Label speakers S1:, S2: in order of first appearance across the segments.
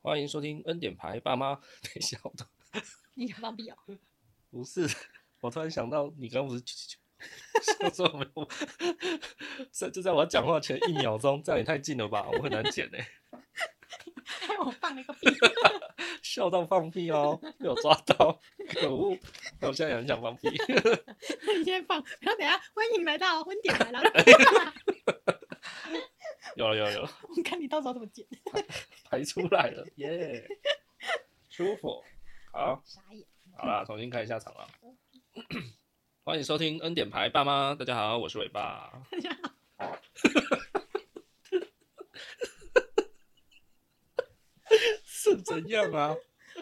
S1: 欢迎收听恩典牌爸妈。 等一下，我都
S2: 你他妈逼 啊！
S1: 不是，我突然想到，你刚不是想说我没 有，在就在我要讲话前一秒钟，这样也太近了吧，我很难剪哎、
S2: 害哎我放了个屁。
S1: 笑到放屁哦，被我抓到，可恶！那我现在也很想放屁，
S2: 你先放，然后等一下欢迎来到婚点来了。
S1: 有了有了有了，
S2: 我看你到时候怎么剪。
S1: 排出来了， 耶、舒服，好。
S2: 傻 眼。
S1: 好啦，重新开一下 场啦。欢迎收听恩典牌爸妈，大家好，我是伟爸。
S2: 大家好，
S1: 是怎样啊？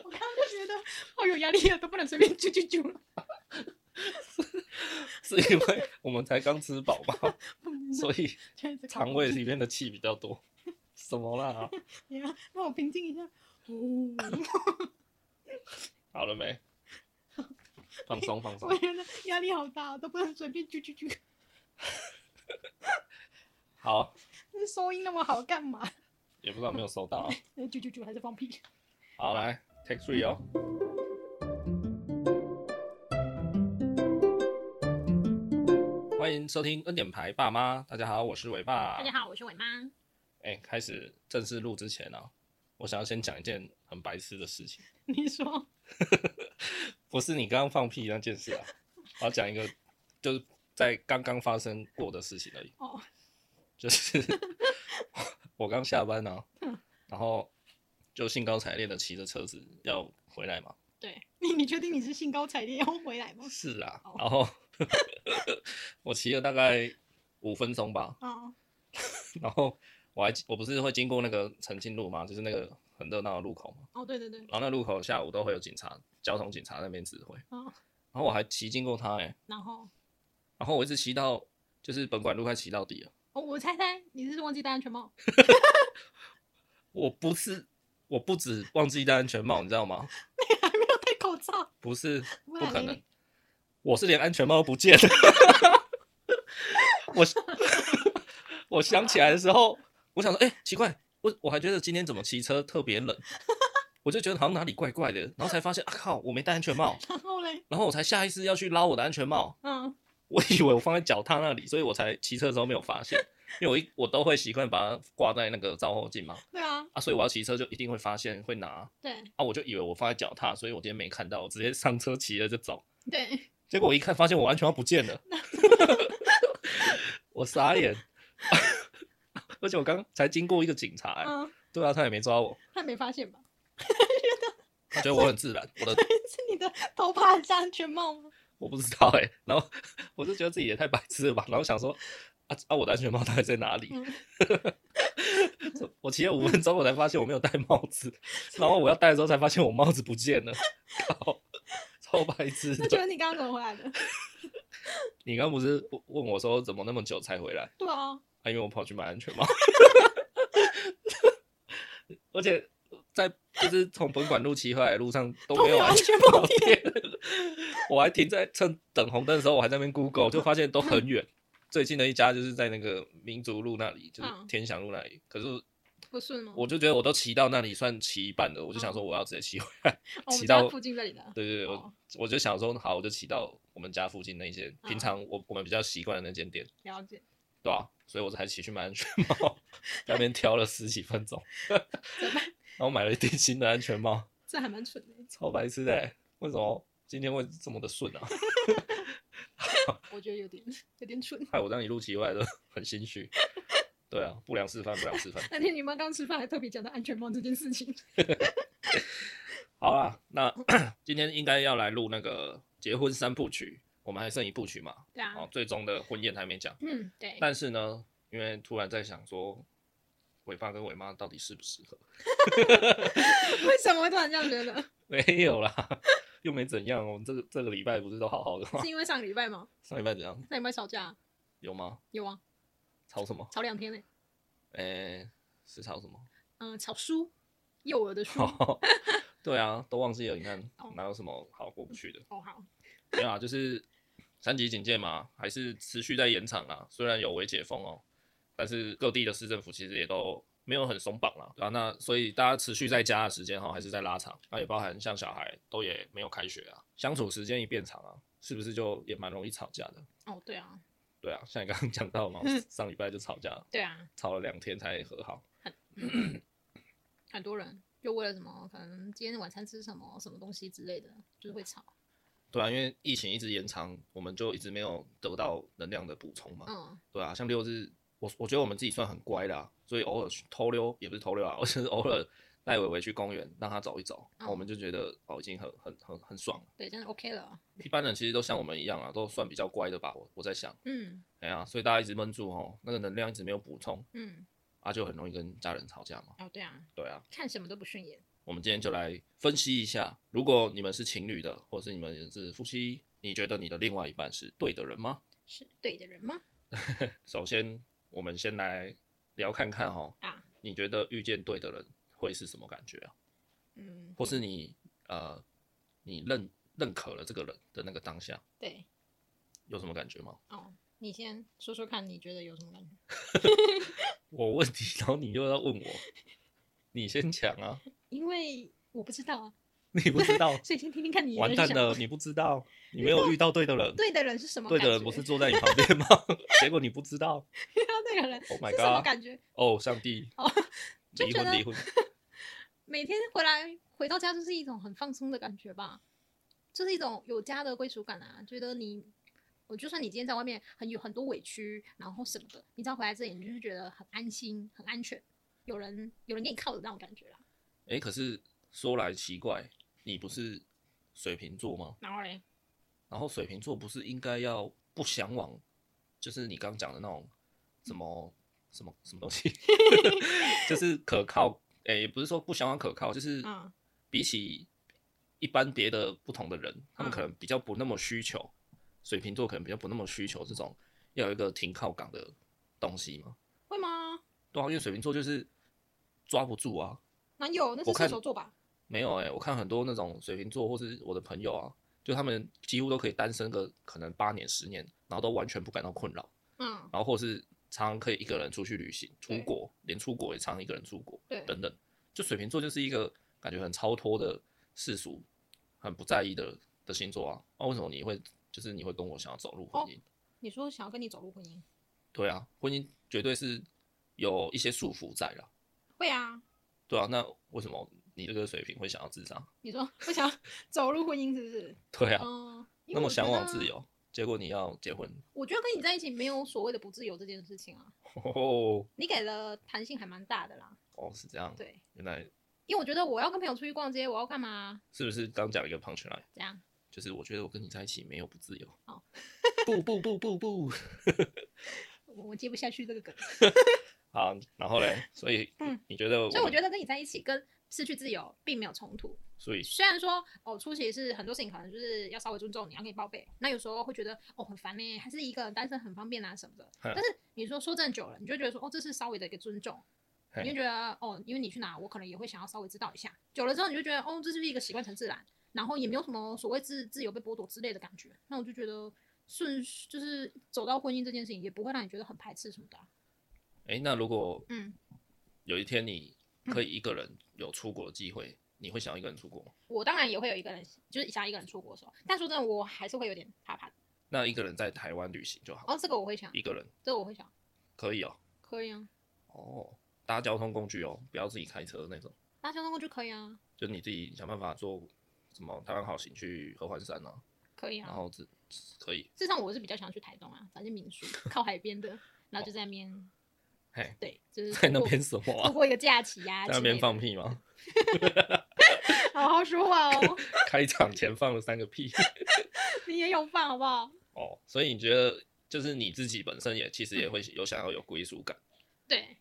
S2: 我刚刚就觉得好有压力啊，都不能随便啾啾啾了。
S1: 是因为我们才刚吃饱吧，所以
S2: 现在
S1: 肠胃里面的气比较多。什么啦？
S2: 你要啊让我平静一下。哦，
S1: 好了没？放松放松
S2: 我。觉得压力好大，啊都不能随便啾啾啾。
S1: 好，
S2: 那收音那么好干嘛？
S1: 也不知道有没有收到啊。
S2: 那啾啾啾还是放屁。
S1: 好，来 take three 哦。欢迎收听恩典牌爸妈，大家好，我是伟爸。
S2: 好，我是伟妈。
S1: 哎、开始正式录之前啊，我想要先讲一件很白痴的事情，
S2: 你说
S1: 不是你刚刚放屁那件事啊，我要讲一个就是在刚刚发生过的事情而已，
S2: 哦，
S1: 就是 我刚下班啊
S2: 嗯，
S1: 然后就兴高采烈的骑着车子要回来嘛，
S2: 对你，你确定你是兴高采烈要回来吗？
S1: 是啊
S2: 哦，
S1: 然后 我骑了大概五分钟吧，
S2: 哦，
S1: 然后我还我不是会经过那个澄清路嘛，就是那个很热闹的路口嘛。
S2: 哦，对对对，
S1: 然后那路口下午都会有警察、交通警察在那边指挥。
S2: 哦，
S1: 然后我还骑经过他哎、
S2: 然后
S1: 然后我一直骑到就是本馆路快骑到底了。
S2: 哦，我猜猜你是忘记戴安全帽，
S1: 我不是，我不止忘记戴安全帽，你知道吗？
S2: 还没有戴口罩，
S1: 不是，
S2: 不
S1: 不
S2: 然
S1: 可
S2: 嘞
S1: 能，我是连安全帽都不见了。我 我想起来的时候，我想说，哎、奇怪，我我还觉得今天怎么骑车特别冷，我就觉得好像哪里怪怪的，然后才发现啊靠，我没戴安全帽，
S2: 然后嘞，
S1: 然后我才下意识要去捞我的安全帽。
S2: 嗯，
S1: 我以为我放在脚踏那里，所以我才骑车的时候没有发现，因为我一我都会习惯把它挂在那个照后镜嘛，
S2: 对啊，
S1: 啊，所以我要骑车就一定会发现会拿啊，
S2: 对
S1: 我就以为我放在脚踏，所以我今天没看到，我直接上车骑了就走，
S2: 对，
S1: 结果我一看发现我安全帽不见了， 我傻眼， 而且我刚才经过一个警察、欸，
S2: 嗯，
S1: 对啊，他也没抓我，
S2: 他没发现吧？
S1: 他觉得我很自然，我的
S2: 是你的 头发很像安全帽吗？
S1: 我不知道哎、然后我就觉得自己也太白痴了吧，然后想说啊啊，我的安全帽到底在哪里？
S2: 嗯
S1: 我骑了五分钟，我才发现我没有戴帽子，然后我要戴的时候才发现我帽子不见了， 靠，超白痴
S2: 那
S1: 的。
S2: 请问你刚刚怎么回来的？
S1: 你刚不是问我说怎么那么久才回来？
S2: 对啊，
S1: 啊，因为我跑去买安全帽， 而且在就是从本馆路骑回来的路上都
S2: 都
S1: 没有
S2: 没有
S1: 安
S2: 安
S1: 全
S2: 全帽
S1: 帽店， 我还停在趁等红灯的时候，我还在那边 Google，就发现都很远。最近的一家就是在那个民族路那里，就是
S2: 嗯
S1: 天祥路那里。可是
S2: 不顺吗？哦
S1: 我就觉得我都骑到那里算骑一半了，我就想
S2: 嗯
S1: 说我要直接骑回来。
S2: 哦我们
S1: 骑
S2: 家
S1: 到
S2: 附近这里的，
S1: 对对对，我
S2: 哦
S1: 我就想说好，我就骑到我们家附近那一间平
S2: 嗯
S1: 常我我们比较习惯的那间店。
S2: 了解，
S1: 对啊，所以我才骑去买安全帽，在那边挑了十几分钟，
S2: 怎么办？
S1: 然后买了一顶新的安全帽，
S2: 这还蛮蠢的，
S1: 超白痴的欸、为什么今天会这么的顺啊？
S2: 我觉得有点 有点蠢。
S1: 害我让你录起回来都 很心虚。对啊，不良示范，不良示范。
S2: 那天你妈刚吃饭还特别讲到安全帽这件事情，
S1: 好啦，那 今天应该要来录那个结婚三部曲，我们还剩一部曲嘛？
S2: 对啊
S1: 哦，，最终的婚宴还没讲。
S2: 嗯，对，
S1: 但是呢，因为突然在想说，伟爸跟伟妈到底适不适合？
S2: 为什么会突然这样觉得？
S1: 没有啦， 又没怎样。我们这个这个礼拜不是都好好的吗
S2: 是？因为上个礼拜吗？
S1: 上礼拜怎样？
S2: 上礼拜吵架
S1: 有吗？
S2: 有啊，
S1: 吵什么？
S2: 吵两天呢，
S1: 诶、哎是吵什么？
S2: 嗯，吵书，幼儿的书，
S1: 好， 对啊，都忘记了。你看
S2: 哦
S1: 哪有什么好过不去的？
S2: 哦好，
S1: 没有啊，就是三级警戒嘛，还啊是持续在延长啦。虽然有微解封哦，但是各地的市政府其实也都没有很松绑啦，对啊，那所以大家持续在家的时间哈，还是在拉长，那也包含像小孩都也没有开学啊，相处时间一变长啊，是不是就也蛮容易吵架的？
S2: 哦，对啊，
S1: 对啊，像你刚刚讲到嘛，上礼拜就吵架，
S2: 对啊，
S1: 吵了两天才和好。
S2: 很多人就为了什么，可能今天晚餐吃什么什么东西之类的，就是会吵。
S1: 对啊，因为疫情一直延长，我们就一直没有得到能量的补充嘛。
S2: 嗯，
S1: 对啊，像六日，我我觉得我们自己算很乖的、啊，所以偶尔去偷溜也不是偷溜啊，我就是偶尔带伟伟去公园让他走一走，
S2: 嗯
S1: 我们就觉得哦已经很很很很爽了。
S2: 对，真的 OK 了。
S1: 一般人其实都像我们一样啊，都算比较乖的吧。我我在想，
S2: 嗯
S1: 哎呀、所以大家一直闷住哦，那个能量一直没有补充，
S2: 嗯，
S1: 啊，就很容易跟家人吵架嘛。
S2: 哦，对啊，
S1: 对啊，
S2: 看什么都不顺眼。
S1: 我们今天就来分析一下，如果你们是情侣的，或是你们是夫妻，你觉得你的另外一半是对的人吗？
S2: 是对的人吗？
S1: 首先，我们先来聊看看哦，
S2: 啊，
S1: 你觉得遇见对的人会是什么感觉啊？
S2: 嗯，
S1: 或是你呃，你认认可了这个人的那个当下，
S2: 对，
S1: 有什么感觉吗？
S2: 哦，你先说说看，你觉得有什么感觉？
S1: 我问题，然后你又要问我， 你先讲啊，
S2: 因为我不知道啊，
S1: 你不知 道，
S2: 所以先听听看你的
S1: 完
S2: 人
S1: 蛋
S2: 是什么
S1: 了，你不知道，你没有遇到对的人，
S2: 对的人是什么
S1: 对
S2: 感觉？
S1: 的人不是坐在你旁边吗？结果你不知道
S2: 遇到 对的人
S1: ，Oh my
S2: 是什么
S1: god，
S2: 感觉？
S1: 哦，上帝
S2: 哦，就
S1: 离
S2: 觉
S1: 婚
S2: 得
S1: 离婚，
S2: 每天回来回到家就是一种很放松的感觉吧，就是一种有家的归属感啊。觉得你，我就算你今天在外面很有很多委屈，然后什么的，你只要回来这里，你就是觉得很安心、很安全，有人有人给你靠的那种感觉啦。
S1: 哎、可是说来奇怪，你不是水瓶座吗？
S2: 然后嘞，
S1: 然后水瓶座不是应该要不向往，就是你刚讲的那种什么什么什么东西， 就是可靠。哎、也不是说不向往可靠，就是
S2: 嗯
S1: 比起一般别的不同的人，他们可能比较不那么需求。水瓶座可能比较不那么需求这种要有一个停靠港的东西嘛。
S2: 会吗？
S1: 对啊，因为水瓶座就是抓不住啊。
S2: 哪有？那是
S1: 我看
S2: 射手座吧？
S1: 没有哎、我看很多那种水瓶座或是我的朋友啊，就他们几乎都可以单身个可能八年十年，然后都完全不感到困扰，
S2: 嗯，
S1: 然后或是常常可以一个人出去旅行、出
S2: 对
S1: 国，连出国也常常一个人出国
S2: 对，
S1: 等等。就水瓶座就是一个感觉很超脱的世俗，很不在意的的星座啊。那、为什么你会就是你会跟我想要走入婚姻？
S2: 你说想要跟你走入婚姻，
S1: 对啊，婚姻绝对是有一些束缚在啦。
S2: 会啊？
S1: 对啊，那为什么你这个水瓶会想要自杀？
S2: 你说我想要走入婚姻是不是？
S1: 对啊，
S2: 嗯，因为
S1: 那么
S2: 我觉
S1: 向往
S2: 得
S1: 自，由，结果你要结婚，
S2: 我觉得跟你在一起没有所谓的不自由这件事情啊，
S1: 哦，
S2: 你给的弹性还蛮大的啦。
S1: 哦是这样，
S2: 对，
S1: 原来
S2: 因为我觉得我要跟朋友出去逛街，我要干嘛？
S1: 是不是刚讲一个 punch line，
S2: 怎样？
S1: 就是我觉得我跟你在一起没有不自由，
S2: 哦
S1: 不不不不不，
S2: 我我接不下去这个梗，
S1: 好，然后嘞， 所以
S2: 嗯
S1: 你觉得们，
S2: 所以我觉得跟你在一起跟失去自由并没有冲突。
S1: 所以
S2: 虽然说哦，初期是很多事情可能就是要稍微尊重你，要跟你报备。那有时候会觉得哦很烦呢、还是一个人单身很方便啊什么的。
S1: 嗯
S2: 但是你说说正久了，你就觉得说哦，这是稍微的一个尊重，
S1: 嘿
S2: 你就觉得哦，因为你去哪，我可能也会想要稍微知道一下。久了之后，你就觉得哦，这就是一个习惯成自然，然后也没有什么所谓自自由被剥夺之类的感觉。那我就觉得顺就是走到婚姻这件事情，也不会让你觉得很排斥什么的啊、
S1: 哎、那如果
S2: 嗯，
S1: 有一天你可以一个人有出国的机会，你会想要一个人出国吗？
S2: 我当然也会有一个人，就是想要一个人出国的时候，但说真的，我还是会有点怕怕的。
S1: 那一个人在台湾旅行就好，
S2: 哦，这个我会想，
S1: 一个人
S2: 这个我会想，
S1: 可以哦，
S2: 可以啊。
S1: 哦，搭交通工具哦，不要自己开车那种，
S2: 搭交通工具可以啊，
S1: 就你自己想办法做什么台湾好行去合欢山啊，
S2: 可以
S1: 然
S2: 啊。
S1: 后这可以，
S2: 事实上，我是比较想去台东啊，找间民 宿，靠海边的，然后就在那边，
S1: 嘿，
S2: 对，就是
S1: 哦在那
S2: 度过
S1: 边什么
S2: 度
S1: 啊？
S2: 过一个假期呀、啊，
S1: 在那边放，屁吗？
S2: 好好说话哦，
S1: 开 场前放了三个屁
S2: 你也有放好不好？
S1: 哦，所以你觉得就是你自己本身也其实
S2: 嗯
S1: 也会有想要有归属感，
S2: 对，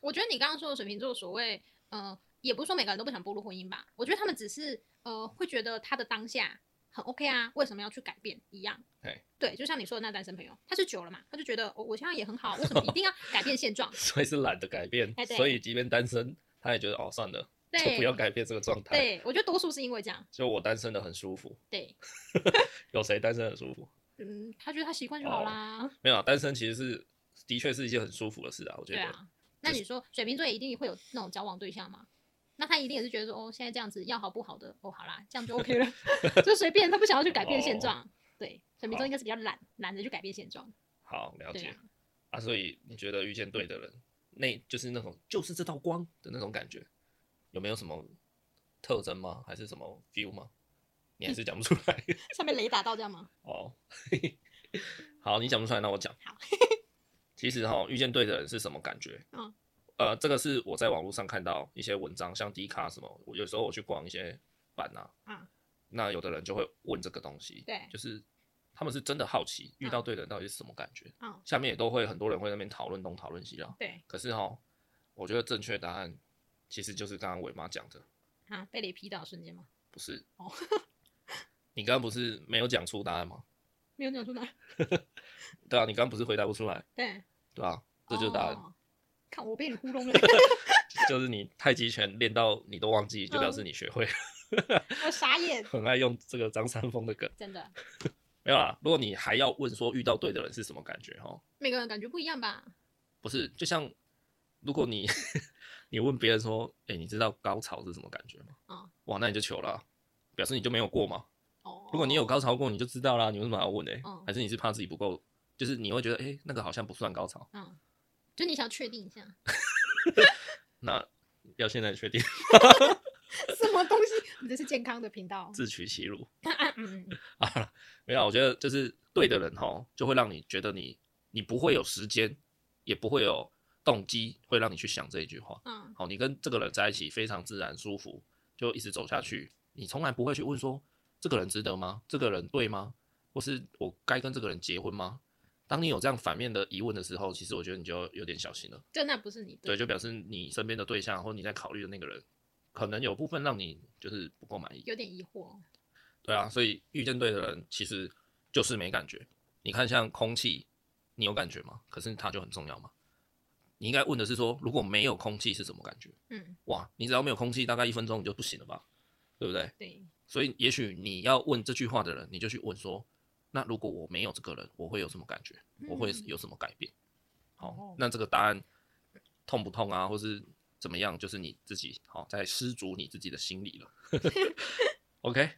S2: 我觉得你刚刚说的水瓶座所谓，呃，也不是说每个人都不想步入婚姻吧，我觉得他们只是呃会觉得他的当下很 OK 啊，为什么要去改变一样
S1: 嘿。？
S2: 对，就像你说的那单身朋友，他是久了嘛，他就觉得我、哦、我现在也很好，为什么一定要改变现状
S1: 所以是懒得改变，
S2: 哎对
S1: 所以即便单身，他也觉得哦算了， 就
S2: 对，
S1: 不要改变这个状态。
S2: 对，我觉得多数是因为这样。
S1: 就我单身的很舒服，
S2: 对，
S1: 有谁单身很舒服？
S2: 嗯，他觉得他习惯就好
S1: 哦
S2: 啦。
S1: 没有啊，单身其实是的确是一件很舒服的事啊，我觉得。
S2: 对啊，那你说水瓶座也一定会有那种交往对象吗？那他一定也是觉得说，哦，现在这样子要好不好的，哦，好啦，这样 就 OK 了，就随便，他不想要去改变现状。对，水瓶座应该是比较懒，懒得去改变现状。
S1: 好，哦了
S2: 对
S1: 解
S2: 啊
S1: 啊所以你觉得遇见对的人，那就是那种就是这道光的那种感觉，有没有什么特征吗？还是什么 feel 吗？你还是讲不出来
S2: 上面雷达到这样吗？
S1: 哦。 好，你讲不出来，那我讲。
S2: 好
S1: 其实哈、遇见对的人是什么感觉？
S2: 嗯，
S1: 呃，这个是我在网络上看到一些文章，像 D 卡什么，我有时候我去逛一些版啊，
S2: 啊，
S1: 那有的人就会问这个东西，
S2: 对
S1: 就是他们是真的好奇遇到对的人到底是什么感觉。
S2: 嗯，
S1: 下面也都会很多人会在那边讨论东讨论西啦。
S2: 对，
S1: 可是哈，我觉得正确答案其实就是刚刚伟妈讲的，
S2: 啊，被雷劈到的瞬间吗？
S1: 不是？
S2: 哦
S1: 你刚刚不是没有讲出答案吗？
S2: 没有讲出来。
S1: 对啊，你刚刚不是回答不出来？
S2: 对，
S1: 对啊，这就是答案，
S2: 哦看我被你糊弄 了，
S1: 就是你太极拳练到你都忘记，就
S2: 嗯
S1: 表示你学会了。
S2: 我傻眼。
S1: 很爱用这个张三丰的梗，
S2: 真的，
S1: 没有啦。如果你还要问说遇到对的人是什么感觉哈，
S2: 每个人感觉不一样吧？
S1: 不是，就像如果你 你问别人说，哎、你知道高潮是什么感觉吗？
S2: 嗯
S1: 哇，那你就糗了啊、表示你就没有过嘛。
S2: 哦，
S1: 如果你有高潮过，你就知道啦，你为什么还要问呢、欸
S2: 嗯
S1: 还是你是怕自己不够，就是你会觉得，哎、那个好像不算高潮，
S2: 嗯，就你想要确定一下
S1: 那要现在确定
S2: 什么东西，我们这是健康的 频道。
S1: 自取其辱
S2: 嗯，嗯嗯
S1: 啊。没有，我觉得就是对的人哈，就会让你觉得你你不会有时间，也不会有动机，会让你去想这一句话。
S2: 嗯，
S1: 好，你跟这个人在一起非常自然舒服，就一直走下去。你从来不会去问说这个人值得吗？这个人对吗？或是我该跟这个人结婚吗？当你有这样反面的疑问的时候，其实我觉得你就有点小心了。
S2: 就那不是你
S1: 对，
S2: 的，
S1: 就表示你身边的对象或你在考虑的那个人，可能有部分让你就是不够满意。
S2: 有点疑惑。
S1: 对啊，所以遇见对的人其实就是没感觉。你看，像空气，你有感觉吗？可是它就很重要嘛。你应该问的是说，如果没有空气是什么感觉？
S2: 嗯，
S1: 哇，你只要没有空气，大概一分钟你就不行了吧，对不对？
S2: 对，
S1: 所以也许你要问这句话的人，你就去问说，那如果我没有这个人，我会有什么感觉？我会
S2: 嗯
S1: 有什么改变？好、
S2: 哦
S1: 那这个答案痛不痛啊，或是怎么样，就是你自己好、在失足你自己的心理了。OK，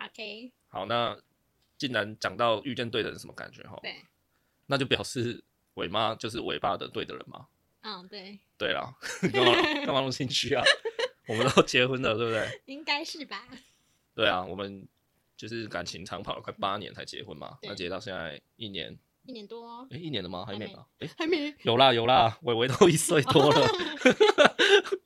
S2: OK，
S1: 好，那既然讲到遇见对的人是什么感觉哈，
S2: 对，
S1: 那就表示尾妈就是尾巴的对的人嘛。
S2: 嗯，对，
S1: 对啦， 干嘛干嘛那么心虚啊？ 我们都结婚了，对不对？
S2: 应该是吧？
S1: 对啊，我们就是感情长跑了快八年才结婚嘛，
S2: 对
S1: 那结到现在一年，
S2: 一年多
S1: 哎、一年了吗？还
S2: 还
S1: 没
S2: 没
S1: 吧？哎、
S2: 还没，
S1: 有啦有啦，伟伟都一岁多 了，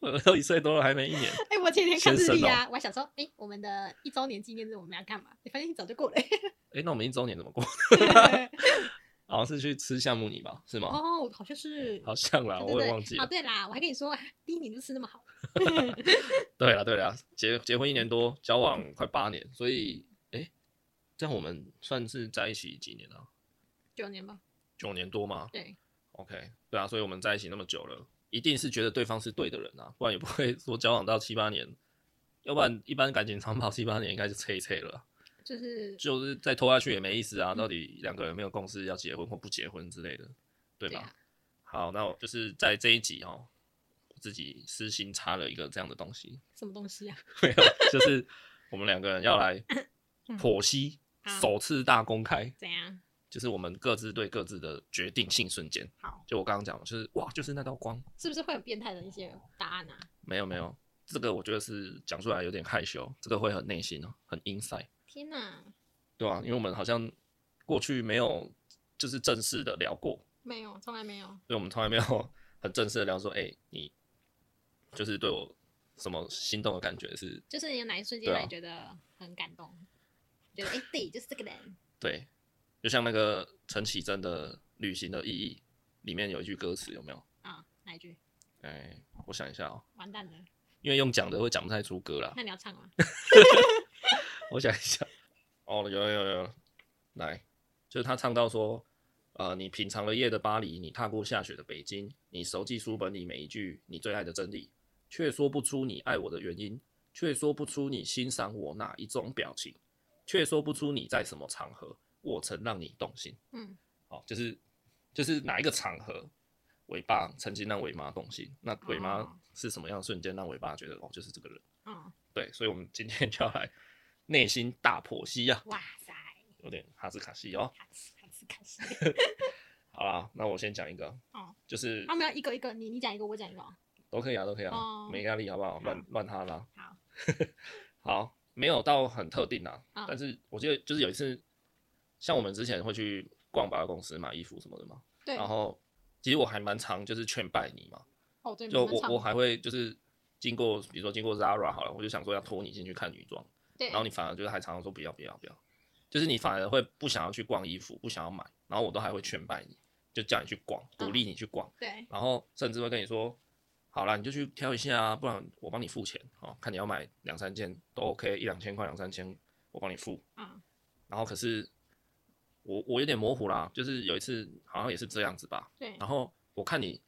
S1: 伟伟都一岁多了，还没一年。
S2: 哎，我前天看日
S1: 先
S2: 历
S1: 生哦
S2: 啊，我还想说，哎，我们的一周年纪念日我们要干嘛？你发现早就过了。
S1: 哎、那我们一周年怎么 过？好像是去吃橡木泥吧？是吗？
S2: 哦，好像是，
S1: 好像啦，
S2: 对
S1: 我
S2: 对
S1: 也
S2: 对
S1: 忘记
S2: 哦，
S1: 了。
S2: 对啦，我还跟你说，第一年就吃那么好，
S1: 对啦对啦，结结婚一年多，交往快八年，所以哎、诶这样我们算是在一起几年了、啊？
S2: 九年吧？
S1: 九年多吗？
S2: 对，
S1: OK，对啊，所以我们在一起那么久了，一定是觉得对方是对的人啊，不然也不会说交往到七八年，要不然一般感情长跑七八年应该就脆脆了啊，
S2: 就是
S1: 就是再拖下去也没意思啊。到底两个人有没有共识要结婚或不结婚之类的，对吧？
S2: 对啊
S1: 好，那我就是在这一集哦，我自己私心插了一个这样的东西，
S2: 什么东西啊？
S1: 没有，就是我们两个人要来
S2: 嗯
S1: 剖析
S2: 好
S1: 首次大公开。
S2: 怎样？
S1: 就是我们各自对各自的决定性瞬间。
S2: 好，
S1: 就我刚刚讲的，就是哇，就是那道光。
S2: 是不是会很变态的一些答案啊？
S1: 没有没有，这个我觉得是讲出来有点害羞，这个会很内心哦，很 inside，
S2: 天哪，
S1: 对吧、因为我们好像过去没有就是正式的聊过，
S2: 没有，从来没有。
S1: 所以我们从来没有 很正式的聊说，哎、你就是对我什么心动的感觉是
S2: 就是你有哪一瞬间
S1: 对啊
S2: 让你觉得很感动？觉得哎、诶对，就是这个人。
S1: 对，就像那个陈绮贞的《旅行的意义》里面有一句歌词，有没有？
S2: 啊，哪一句？
S1: 哎、我想一下哦，
S2: 完蛋了，
S1: 因为用讲的会讲不太出歌啦。
S2: 那你要唱吗？
S1: 我想一下， 哦，有有有，来，就是他唱到说，呃，你品尝了夜的巴黎，你踏过下雪的北京，你熟记书本里每一句你最爱的真理，却说不出你爱我的原因，却说不出你欣赏我哪一种表情，却说不出你在什么场合我曾让你动心。
S2: 嗯，
S1: 哦，就是就是哪一个场合，伟爸曾经让伟妈动心，那伟妈
S2: 哦
S1: 是什么样的瞬间让伟爸觉得哦，就是这个人？
S2: 嗯，
S1: 对，所以我们今天 就要来内心大剖析啊，
S2: 哇塞，
S1: 有点哈斯卡西哦。
S2: 卡斯卡斯卡斯，
S1: 好啦，那我先讲一个
S2: 哦，
S1: 就是
S2: 他们要一个一个，你你讲一个，我讲一个哦，
S1: 都可以啊，都可以啊
S2: 哦，
S1: 没压力好不好？乱乱哈啦。
S2: 好，
S1: 好，没有到很特定啊，
S2: 嗯
S1: 但是我记得就是有一次，像我们之前会去逛百货公司买衣服什么的嘛，
S2: 对，
S1: 然后其实我还蛮常就是劝拜你嘛，
S2: 哦对，
S1: 就
S2: 你们
S1: 我
S2: 唱
S1: 我还会就是经过，比如说经过 Zara 好了，我就想说要拖你进去看女装，
S2: 对，
S1: 然后你反而就是还常常说不要不要不要，就是你反而会不想要去逛衣服，不想要买，然后我都还会劝拜你，就叫你去逛，鼓励你去逛，
S2: 对
S1: 然后甚至会跟你说，好啦，你就去挑一下啊，不然我帮你付钱哦，看你要买两三件都 OK，一两千块两三千我帮你付，
S2: 嗯
S1: 然后可是我我有点模糊啦，就是有一次好像也是这样子吧，
S2: 对
S1: 然后我看你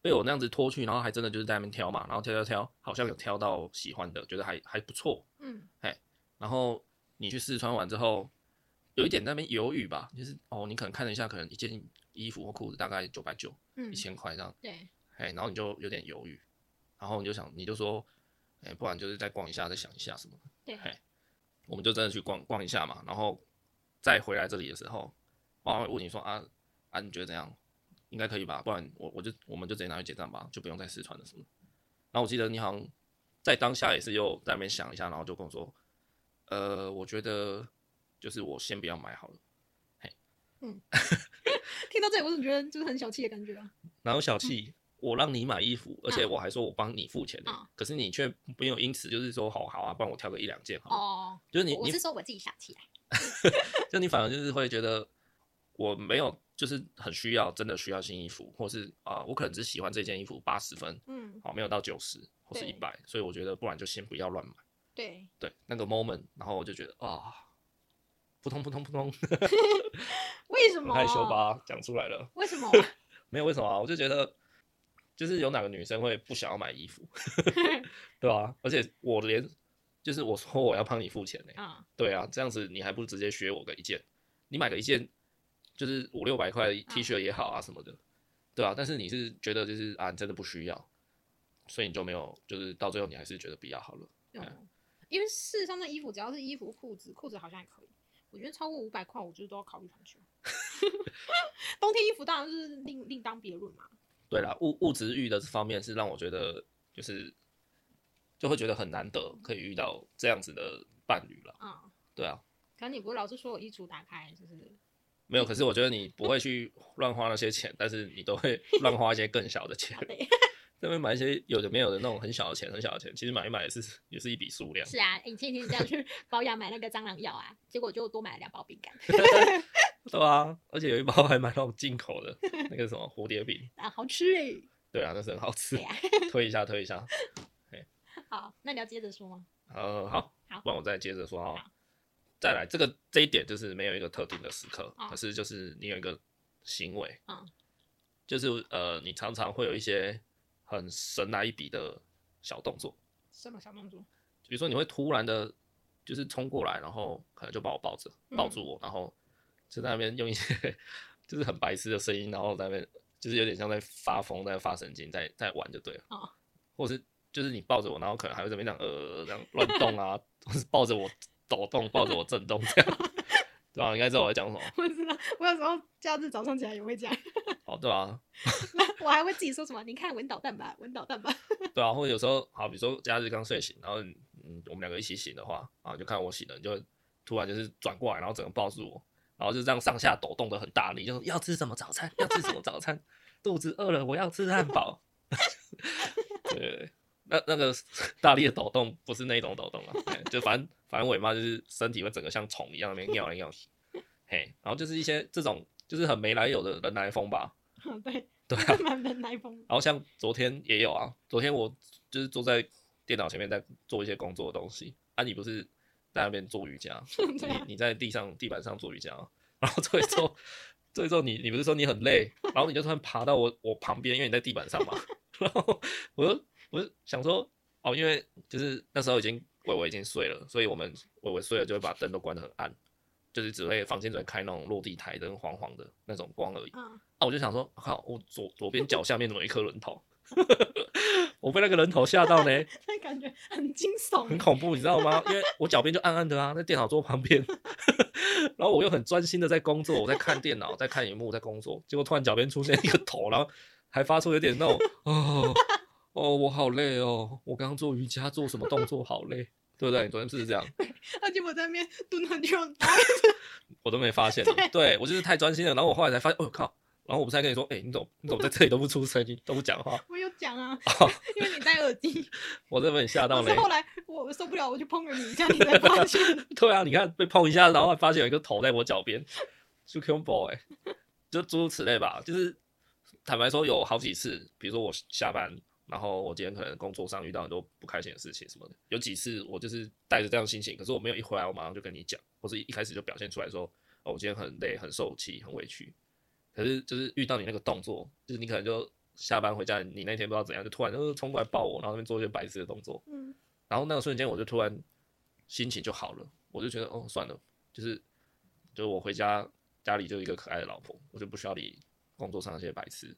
S1: 被我那样子拖去，然后还真的就是在那边挑嘛，然后挑挑挑，好像有挑到喜欢的，觉得还还不错。
S2: 嗯
S1: 然后你去试穿完之后，有一点在那边犹豫吧，就是哦，你可能看了一下，可能一件衣服或裤子大概九百九、
S2: 嗯
S1: 一，千块这样，
S2: 对
S1: 哎，然后你就有点犹豫，然后你就想，你就说，哎，不然就是再逛一下，再想一下什么的。
S2: 对
S1: 嘿我们就真的去逛逛一下嘛，然后再回来这里的时候，我还会问你说啊啊，你觉得怎样？应该可以吧？不然我我就我们就直接拿去结账吧，就不用再试穿了什么的。然后我记得你好像在当下也是又在那边想一下，然后就跟我说，呃，我觉得就是我先不要买好了。
S2: 听到这里，我总觉得就是很小气的感觉啊。
S1: 然后小气，我让你买衣服，而且我还说我帮你付钱呢、
S2: 嗯
S1: 可是你却没有因此就是说好好啊，不然我挑个一两件好了。
S2: 哦，
S1: 就是你
S2: 我
S1: 你
S2: 是说我自己小气啊。
S1: 就你反而就是会觉得我没有，就是很需要，真的需要新衣服，或是啊、我可能只喜欢这件衣服八十分，
S2: 嗯，
S1: 好、没有到九十或是一
S2: 对
S1: 百，所以我觉得不然就先不要乱买。
S2: 对，
S1: 对，那个 moment，然后我就觉得啊，扑通扑通扑通，
S2: 为什
S1: 很
S2: 么？
S1: 害羞？吧，讲出来了，
S2: 为什么？
S1: 没有为什么啊，我就觉得。就是有哪个女生会不想要买衣服，对啊？而且我连就是我说我要帮你付钱呢、
S2: 啊，
S1: 对啊，这样子你还不如直接学我个一件，你买个一件就是五六百块的 T 恤也好啊什么的，对啊，但是你是觉得就是啊，你真的不需要，所以你就没有，就是到最后你还是觉得不要好了。
S2: 嗯，因为事实上，那衣服只要是衣服、裤子，裤子好像也可以。我觉得超过五百块，我就是都要考虑团去。 冬天衣服当然是另另当别论嘛。
S1: 对啦，物物质欲的这方面是让我觉得就是就会觉得很难得可以遇到这样子的伴侣了。
S2: 啊、
S1: 对啊，
S2: 可能你不会老是说我衣橱打开， 就是
S1: 没有，可是我觉得你不会去乱花那些钱，但是你都会 乱花一些更小的钱
S2: 啊，对，
S1: 那边买一些有的没有的那种很小的钱，很小的钱，其实买一买也是也是一笔数量。
S2: 是啊，你前几天这样去保养买那个蟑螂药啊，结果就多买了两包饼干，
S1: 对啊，而且有一包还买那种进口的那个什么蝴蝶饼，
S2: 啊，好吃哎、
S1: 对啊，那是很好吃
S2: 对。啊，
S1: 推一下，推一下。
S2: 好，那你要接着说吗？
S1: 呃，好，
S2: 好
S1: 不然我再接着说啊
S2: 好。
S1: 再来，这个这一点就是没有一个特定的时刻，
S2: 哦
S1: 可是就是你有一个行为，
S2: 嗯
S1: 就是呃，你常常会有一些很神来一笔的小动作，
S2: 什么小动作？
S1: 比如说你会突然的，就是冲过来，然后可能就把我抱着，
S2: 嗯
S1: 抱住我，然后就在那边用一些就是很白痴的声音，然后在那边就是有点像在发疯、在发神经、在在玩就对了。
S2: 哦
S1: 或是就是你抱着我，然后可能还会这边这样呃这样乱动啊，或是抱着我抖动、抱着我震动这 样，对吧、你应该知道我在讲什么，
S2: 我知道，我有时候假日早上起来也会这样，
S1: 哦，对啊，
S2: 我还会自己说什么？你看文导弹吧，文导弹吧。
S1: 对啊，或者有时候好，比如说假日刚睡醒，然后你嗯，我们两个一起醒的话，啊，你就看我醒了，你就会突然就是转过来，然后整个抱住我，然后就这样上下抖动的很大力，就说要吃什么早餐，要吃什么早餐，肚子饿了，我要吃汉堡。 对，那那个大力的抖动不是那种抖动啊，哎就反正反正我妈就是身体会整个像虫一样那边尿来尿去，嘿，然后就是一些这种就是很没来由的人来疯吧，
S2: 对，
S1: 对 啊，
S2: 满门来风。
S1: 然后像昨天也有啊，昨天我就是坐在电脑前面在做一些工作的东西啊，你不是在那边做瑜伽，
S2: 对啊
S1: 你你在地上地板上做瑜伽， 然后做一做做一做你你不是说你很累， 然后你就突然爬到我我旁边，因为你在地板上嘛， 然后我就我就想说哦，因为就是那时候已经伟伟已经睡了，所以我们伟伟睡了就会把灯都关得很暗，就是只会房间只会开那种落地台灯，黄黄的那种光而已。
S2: 嗯，
S1: 啊，我就想说，靠，我左左边脚下面怎么有一颗人头？ 我被那个人头吓到呢，
S2: 那感觉很惊悚
S1: 很，恐怖，你知道吗？因为我脚边就暗暗的啊，在电脑桌旁边， 然后我又很专心的在工作，我在看电脑，在看荧幕，在工作，结果突然脚边出现一个头，然后还发出有点那种哦哦，我好累哦，我刚刚做瑜伽做什么动作好累，对不对？你昨天是不是这样？
S2: 欸而且我在那边蹲很久，
S1: 我都没发现，哦
S2: 对
S1: 对我就是太专心了，然后我后来才发现，哦靠，然后我不是还跟你说，哎、你怎么你怎么在这里都不出声音，都不讲话？
S2: 我有讲啊， 因为你戴耳机，
S1: 我真的被你哦吓到
S2: 但
S1: 嘞
S2: 是！后来我受不了，我去碰了你一下，你才发现。
S1: 对啊，你看被碰一下，然后还发现有一个头在我脚边 s u c u m b o 哎，就诸如此类吧。就是坦白说，有好几次，比如说我下班，然后我今天可能工作上遇到很多不开心的事情什么的，有几次我就是带着这样的心情，可是我没有一回来，我马上就跟你讲，或是一开始就表现出来说，哦，我今天很累、很受气、很委屈。可是就是遇到你那个动作，就是你可能就下班回家，你那天不知道怎样，就突然就是冲过来抱我，然后那边做一些白痴的动作，
S2: 嗯，
S1: 然后那个瞬间我就突然心情就好了，我就觉得哦算了，就是就是我回家家里就有一个可爱的老婆，我就不需要理工作上那些白痴，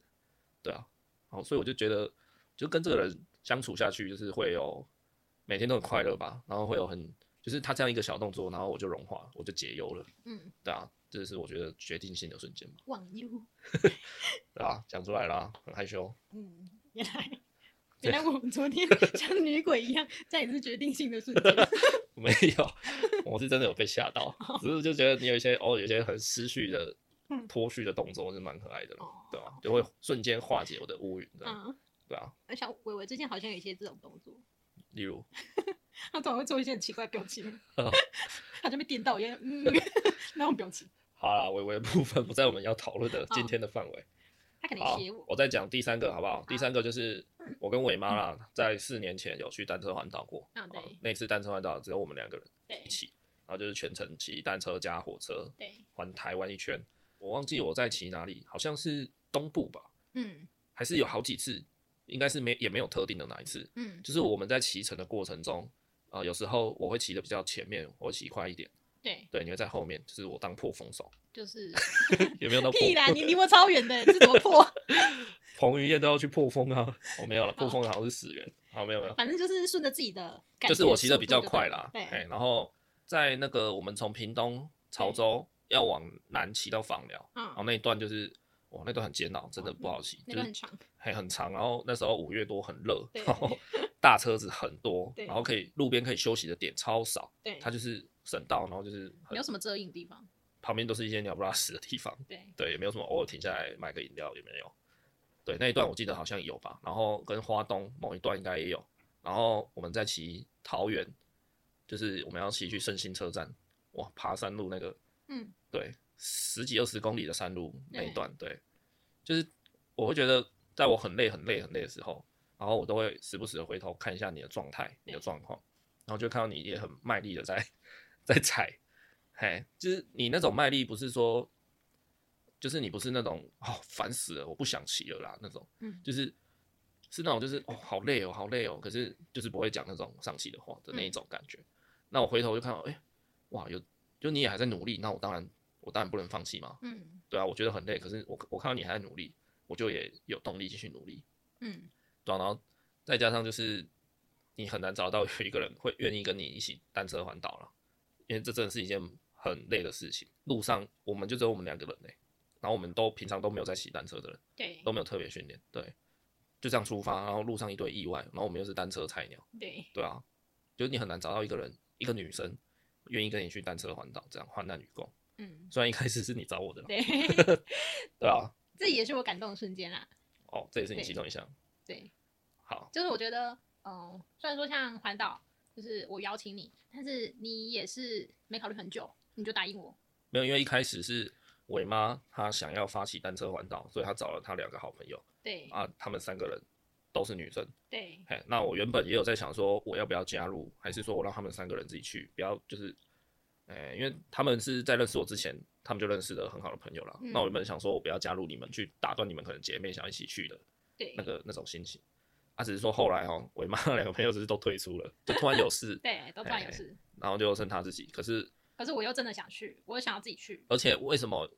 S1: 对啊，好，所以我就觉得就跟这个人相处下去，就是会有每天都很快乐吧，然后会有很就是他这样一个小动作，然后我就融化，我就解忧了，
S2: 嗯，
S1: 对啊，这是我觉得决定性的瞬间嘛，
S2: 忘忧，
S1: 对啊，讲出来啦，很害羞，
S2: 嗯，原来。原来我们昨天 像女鬼一样，这也是决定性的瞬间。
S1: 没有，我是真的有被吓到，只是就觉得你有一些哦，有一些很失序的
S2: 哦嗯
S1: 脱序的动作是蛮可爱的，
S2: 哦
S1: 对吧、就会瞬间化解我的乌云，对吧、
S2: 嗯，
S1: 对啊，
S2: 而且伟伟最近好像有一些这种动作，
S1: 例如，
S2: 他总会做一些很奇怪的表情，
S1: 哦
S2: 他就被电到一样， 嗯，那种表情。
S1: 好啦，微微的部分不在我们要讨论的今天的范围。
S2: 他可能
S1: 好
S2: 写，哦我，
S1: 我再讲第三个好不好？第三个就是我跟伟妈啦，在四年前有去单车环岛过，
S2: 嗯，
S1: 哦
S2: 对
S1: 那次单车环岛只有我们两个人
S2: 对
S1: 一起，然后就是全程骑单车加火车
S2: 对，
S1: 环台湾一圈，我忘记我在骑哪里，好像是东部吧。
S2: 嗯
S1: 还是有好几次，应该是没也没有特定的哪一次，
S2: 嗯
S1: 就是我们在骑乘的过程中，啊、有时候我会骑的比较前面，我会骑快一点，
S2: 对，
S1: 对，你会在后面，就是我当破风手，
S2: 就是
S1: 有没有到破？
S2: 屁啦，你离我超远的，这怎么破？
S1: 彭于晏都要去破风啊，我、没有了，破风好像是死人，好，没有没有，
S2: 反正就是顺着自己的感觉速度对
S1: 就
S2: 了，
S1: 是我骑的比较快啦，哎
S2: 对，
S1: 然后在那个我们从屏东潮州要往南骑到枋寮，然后
S2: 嗯，
S1: 那一段就是。哇，那段很煎熬，真的不好骑，
S2: 那
S1: 就
S2: 个
S1: 是
S2: 很长，
S1: 还很长，然后那时候五月多很热
S2: 对，
S1: 然 后大车子很多，
S2: 对
S1: 然后可以路边可以休息的点超少，
S2: 对，
S1: 它就是省道，然后就是
S2: 没
S1: 很
S2: 有什么遮影的地方，
S1: 旁边都是一些鸟不拉屎的地方，
S2: 对，
S1: 对，也没有什么偶尔停下来买个饮料也没有。对，那一段我记得好像有吧，然后跟花东某一段应该也有，然后我们再骑桃园，就是我们要骑去圣心车站，哇，爬山路那个
S2: 嗯，
S1: 对，十几二十公里的山路那一
S2: 对
S1: 段，对，就是我会觉得，在我很累、很累、很累的时候，然后我都会时不时的回头看一下你的状态、你的
S2: 对
S1: 状况，然后就看到你也很卖力的在在踩，嘿，就是你那种卖力，不是说，就是你不是那种哦烦死了，我不想骑了啦那种，
S2: 嗯
S1: 就是是那种就是哦好累哦好累哦，可是就是不会讲那种丧气的话的那一种感觉。那我回头就看到，哎、哇，有就你也还在努力，那我当然我当然不能放弃嘛，
S2: 嗯
S1: 对啊，我觉得很累，可是我我看到你还在努力，我就也有动力继续努力，
S2: 嗯，
S1: 对啊、然后再加上就是你很难找到有一个人会愿意跟你一起单车环岛了，因为这真的是一件很累的事情。路上我们就只有我们两个人嘞、欸然后我们都平常都没有在骑单车的人，
S2: 对
S1: 都没有特别训练，对，就这样出发，然后路上一堆意外，然后我们又是单车菜鸟，
S2: 对，
S1: 对啊，就是你很难找到一个人，一个女生愿意跟你去单车环岛，这样患难与共。
S2: 嗯
S1: 虽然一开始是你找我的啦，
S2: 对，
S1: 对啊，
S2: 这也是我感动的瞬间啦，
S1: 哦，这也是你
S2: 对
S1: 其中一项。
S2: 对，
S1: 好，
S2: 就是我觉得，嗯，虽然说像环岛，就是我邀请你，但是你也是没考虑很久，你就答应我，
S1: 没有，因为一开始是伟妈她想要发起单车环岛，所以她找了她两个好朋友
S2: 对
S1: 啊，她们三个人都是女生。
S2: 对
S1: 嘿，那我原本也有在想说，我要不要加入，还是说我让他们三个人自己去，不要就是，呃、因为他们是在认识我之前，他们就认识的很好的朋友了。
S2: 嗯
S1: 那我原本想说，我不要加入你们，去打断你们可能姐妹想一起去的
S2: 对
S1: 那个那种心情。啊，只是说后来哦， 伟妈那两个朋友只是都退出了，就突然有事，
S2: 对，都不然有
S1: 哎
S2: 事，
S1: 然后就剩他自己。可是
S2: 可是我又真的想去，我又想要自己去。
S1: 而且为什么